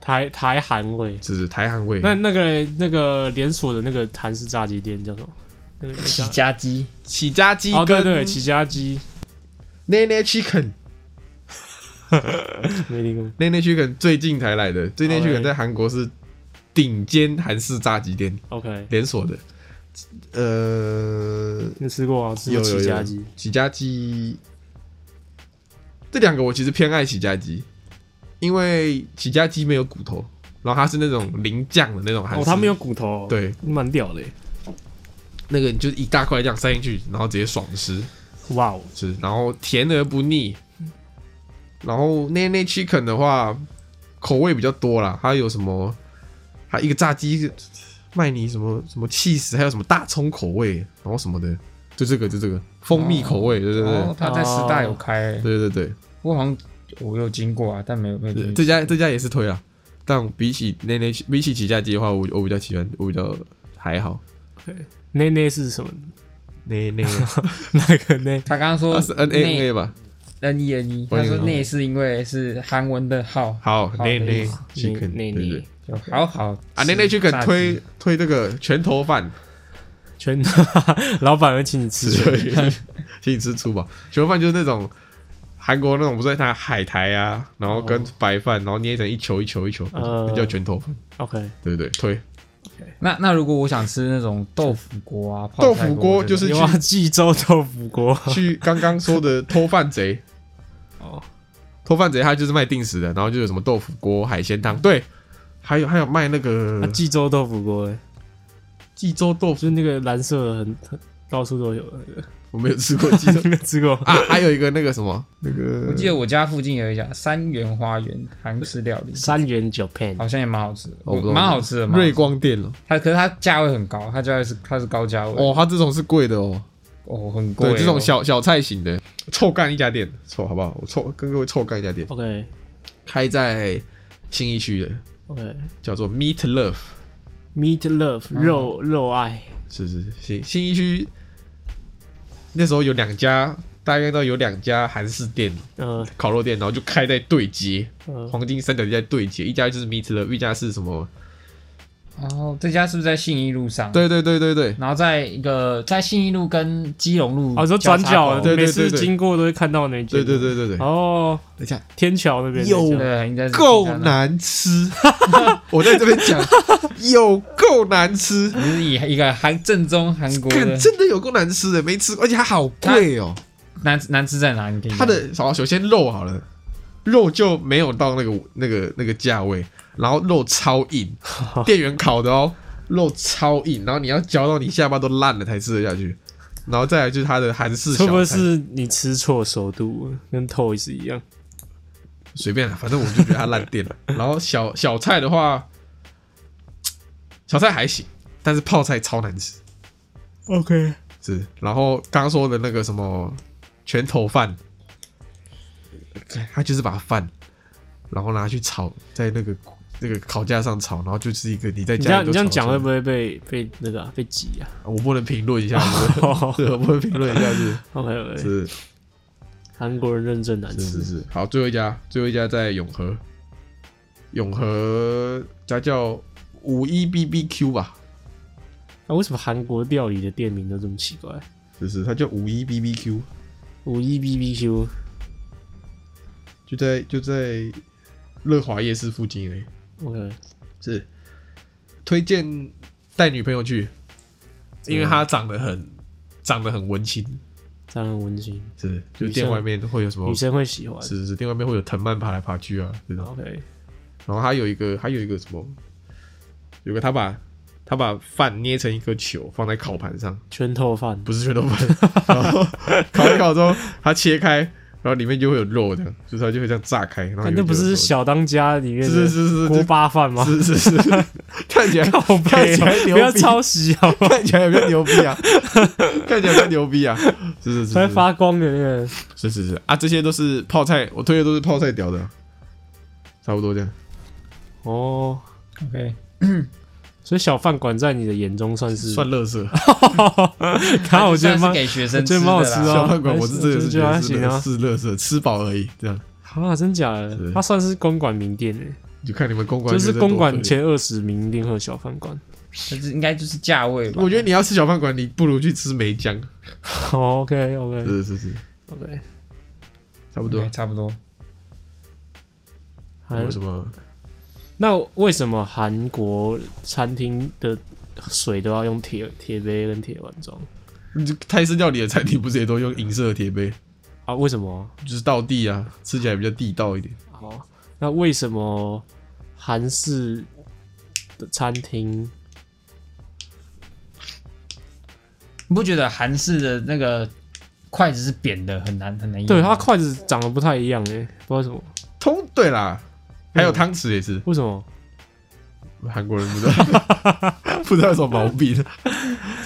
台台韩味。就是台韩味。那那个那个连锁的那个韩式炸鸡店叫什么？那个那起家家鸡，起家 鸡哦，对跟对，起家鸡奈奈 chicken，没听过。奈奈 chicken 最近才来的，最近 OK chicken 在韩国是顶尖韩式炸鸡店。 OK，连锁的，呃，你吃过啊？吃有过有有起家鸡，起家鸡，这两个我其实偏爱起家鸡，因为起家鸡没有骨头，然后它是那种淋酱的那种韩哦，式，它没有骨头，，对，蛮屌的耶。那个你就是一大块这样塞进去，然后直接爽吃哇哦，吃，然后甜而不腻。然后那那 chicken 的话，口味比较多啦，它有什么？它一个炸鸡卖你什么什么 cheese，还有什么大葱口味，然后什么的，就这个就这个蜂蜜口味，对对对。哦，他在师大有开、欸，对对对我好像我有经过啊，但没有没有进对，去这家这家也是推啊，但比起那那比起起家鸡的话，我我比较喜欢，我比较还好。那那是什么？那那 那个那他刚刚说啊是 N A N A 吧？ N E N E，他说那是因为是韩文的号，好，好那的那意 chicken，那对那对就好好啊，吃那那 chicken 炸鸡推推这个拳头饭，全， 老板会请你吃全。对，请你吃粗饱。拳头饭就是那种韩国那种，不是拿海苔啊，然后跟白饭，然后捏成一球一球一球，哦呃那叫拳头饭， OK，对对对，推那那如果我想吃那种豆腐锅啊，豆泡菜腐锅这就种是有去啊，济州豆腐 锅。去刚刚说的偷 饭贼。哦，偷饭贼他就是卖定时的，然后就有什么豆腐锅、海鲜汤，对，还有还有卖那啊，个济州豆腐锅，哎济州豆就腐，是那个蓝色的很，很到处都有的那个。我没有吃过 济州？没有吃过啊，还有一个那个什么那个我记得我家附近有一家三元花园韩式料理，三元 Japan 啊好像也蛮好吃的，哦我不知道蛮好吃的。蛮好瑞吃的光店了，它可是它价位很高，它价位是它是高价位哦，它这种是贵的哦，哦，很贵哦。对，这种小小菜型的，臭干一家店，臭好不好？我臭跟各位臭干一家店， OK 开在新一区的， OK 叫做 Meat Love， Meat Love 啊肉肉爱是是是新新一区，那时候有两家，大概都有两家韩式店呃烤肉店，然后就开在对街。呃黄金三角地带对接，一家就是 Meet Love，一家是什么？哦，这家是不是在信义路上？。对对对对对，然后在一个在信义路跟基隆路哦，说交转叉角口的，对每对次对对经过都会看到那间。对对对对对，哦，等一下，天桥那边有那家对，应该是够难。难吃，我在这边讲，有够难吃，你是以一个韩正宗韩国看的真的有够难吃的，没吃过，而且它好贵哦。难难吃在哪？你可以它的好，首先肉好了，肉就没有到那个那个那个价位，然后肉超硬，店员烤的哦，肉超硬，然后你要嚼到你下巴都烂了才吃得下去，然后再来就是它的韩式会小菜，不会是你吃错首都，跟 Toys 一样？随便啦，啊反正我就觉得它烂店了。然后小小菜的话，小菜还行，但是泡菜超难吃。 OK，是，然后刚刚说的那个什么拳头饭，他就是把饭，然后拿去炒，在那个那个烤架上炒，然后就是一个你在你家这样里你都这样炒讲出会来不会被被那个啊被挤啊我不能评论一下，是不是对，我不能评论一下是？OK OK，哦是韩国人认证难是是吃。是。好，最后一家，最后一家在永和，永和家叫五一 B B Q 吧。啊，为什么韩国料理的店名都这么奇怪？就是它叫五一 BBQ，五一 BBQ 就在就在乐华夜市附近哎， OK，是推荐带女朋友去，因为它嗯长得很长得很文青，这样很温馨，是就女生店外面会有什么女？生会喜欢。哦是是是，店外面会有藤蔓爬来爬去啊这种， OK，然后还有一个还有一个什么，有个他把他把饭捏成一个球放在烤盘上，拳头饭 不是全都分，然后烤一烤之后，它切开，然然后里面就会有肉的，就是它就会这样炸开。然后看里面那不就有是肉小当家里面是的是是锅是巴饭吗？是是是，看起来 靠看背起啊来，牛逼不要抄袭好吗？看起来有没有牛逼啊？看起来有没有牛逼啊？是 是是才是发光的那个，是是是啊，这些都是泡菜，我推的都是泡菜屌的，差不多这样。哦， OK，所以小饭馆在你的眼中算是 算，乐色，然后我觉得算是蛮给学生这吃蛮好的吃啊啦小饭馆我是真的是觉还得是行啊垃是乐色，吃饱而已。这样啊，真假的是，它算是公馆名店诶，就看你们公馆就是学生多公馆可怜。前二十名店会有小饭 馆。但是应该就是价位吧。我觉得你要吃小饭馆，你不如去吃梅江。 OK OK 是是是， OK，差不多 OK，。差不多。还还有什么？那为什么韩国餐厅的水都要用铁铁杯跟铁碗装你这泰式料理的餐厅不是也都用银色的铁杯，啊？为什么？就是道地啊，吃起来比较地道一点。好，那为什么韩式的餐厅嗯你不觉得韩式的那个筷子是扁的，很难很难用吗？对它筷子长得不太一样诶、不知道为什么？通对啦，还有汤匙也是，为什么？韩国人不知道 不知道有什么毛病。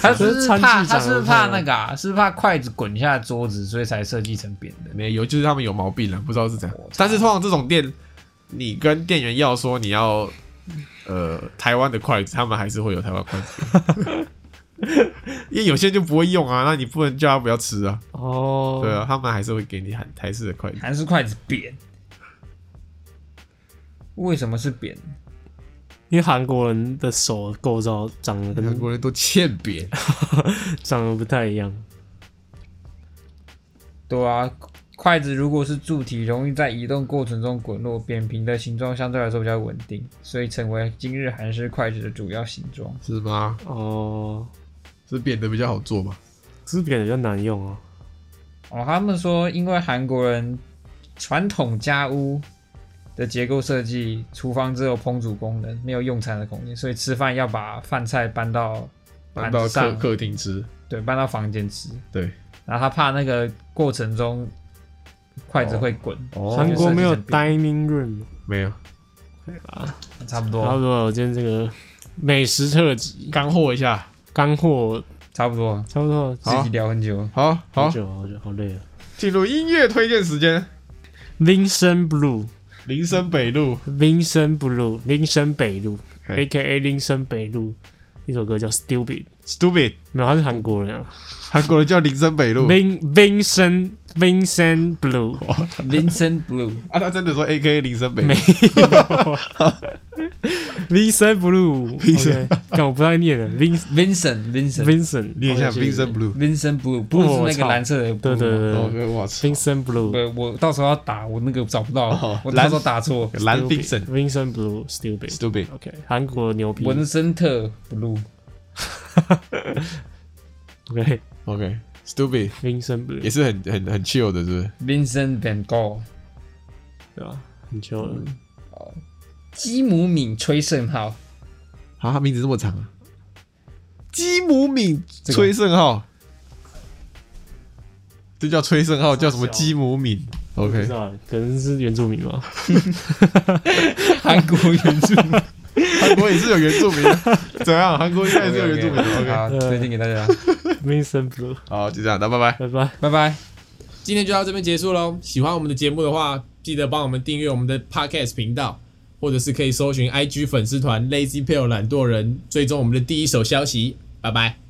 他是不是餐具长怕得他是不是不太怕一样那个啊，是不是怕筷子滚下桌子，所以才设计成扁的。没有，就是他们有毛病了，不知道是怎样我操。但是通常这种店，你跟店员要说你要呃台湾的筷子，他们还是会有台湾筷子，因为有些就不会用啊，那你不能叫他不要吃啊，哦，对啊，他们还是会给你喊台式的筷子。韩式筷子扁，为什么是扁？因为韩国人的手构造长得韩跟国人都欠扁，长得不太一样。对啊，筷子如果是柱体，容易在移动过程中滚落，扁平的形状相对来说比较稳定，所以成为今日韩式筷子的主要形状。是吗？哦，是扁的比较好做嘛？只是扁的比较难用哦。哦，他们说因为韩国人传统家屋的结构设计，厨房只有烹煮功能，没有用餐的空间，所以吃饭要把饭菜搬到搬盘到子客上，客厅吃，对，搬到房间吃。对，然后他怕那个过程中筷子会滚，哦韩国没有设计成扁 dining room，没有差不哦差不多，多。我今天这个美食特辑，干货一下，干货差不多，差不多。自己聊很久。好好好久好久好累啊了。进入音乐推荐时间， Vincent Blue，林森北路，林森 Blue，林森北路嘿，A.K.A. 林森北路，一首歌叫 Stupid， Stupid，没有，他是韩国人啊。韩国人叫林森北路。 Vin Vincent Vincent Blue，哦 Vincent Blue，啊，他真的说 A K 林森北没有 Vincent Blue，OK，但我不太念了，Vin Vincent Vincent Vincent，念一下好谢谢 Vincent Blue。 Vincent Blue，不不我是那操个蓝色的 blue 吗，对对对对哦，我操，呃，Vincent Blue，对，我到时候要打，我那个找不到哦，我到时候打错。蓝 Stupid，冰森 Vincent Blue Stupid。 ，stupid， OK，韩国牛逼。 文森特 blue， OK，Vincent ，OK，stupid，也 Blue，是很很很 chill 的，是不是？ Vincent Van Gogh，对吧？很球了。基姆敏崔胜浩，啊，他名字这么长啊？基姆敏这个崔胜浩，这叫崔胜浩，叫什么小基姆敏不知？OK，道，可能是原住民吧。韩国原著。 韩国也是有原住民的，怎样？韩国应该也是有原住民的。OK，好，推荐给大家， Vincent Blue，好，就这样，那拜拜。拜拜。拜拜。今天就到这边结束喽。喜欢我们的节目的话，记得帮我们订阅我们的 Podcast 频道，或者是可以搜寻 IG 粉丝团 Lazy p a l e 懒惰人，追踪我们的第一手消息。拜拜。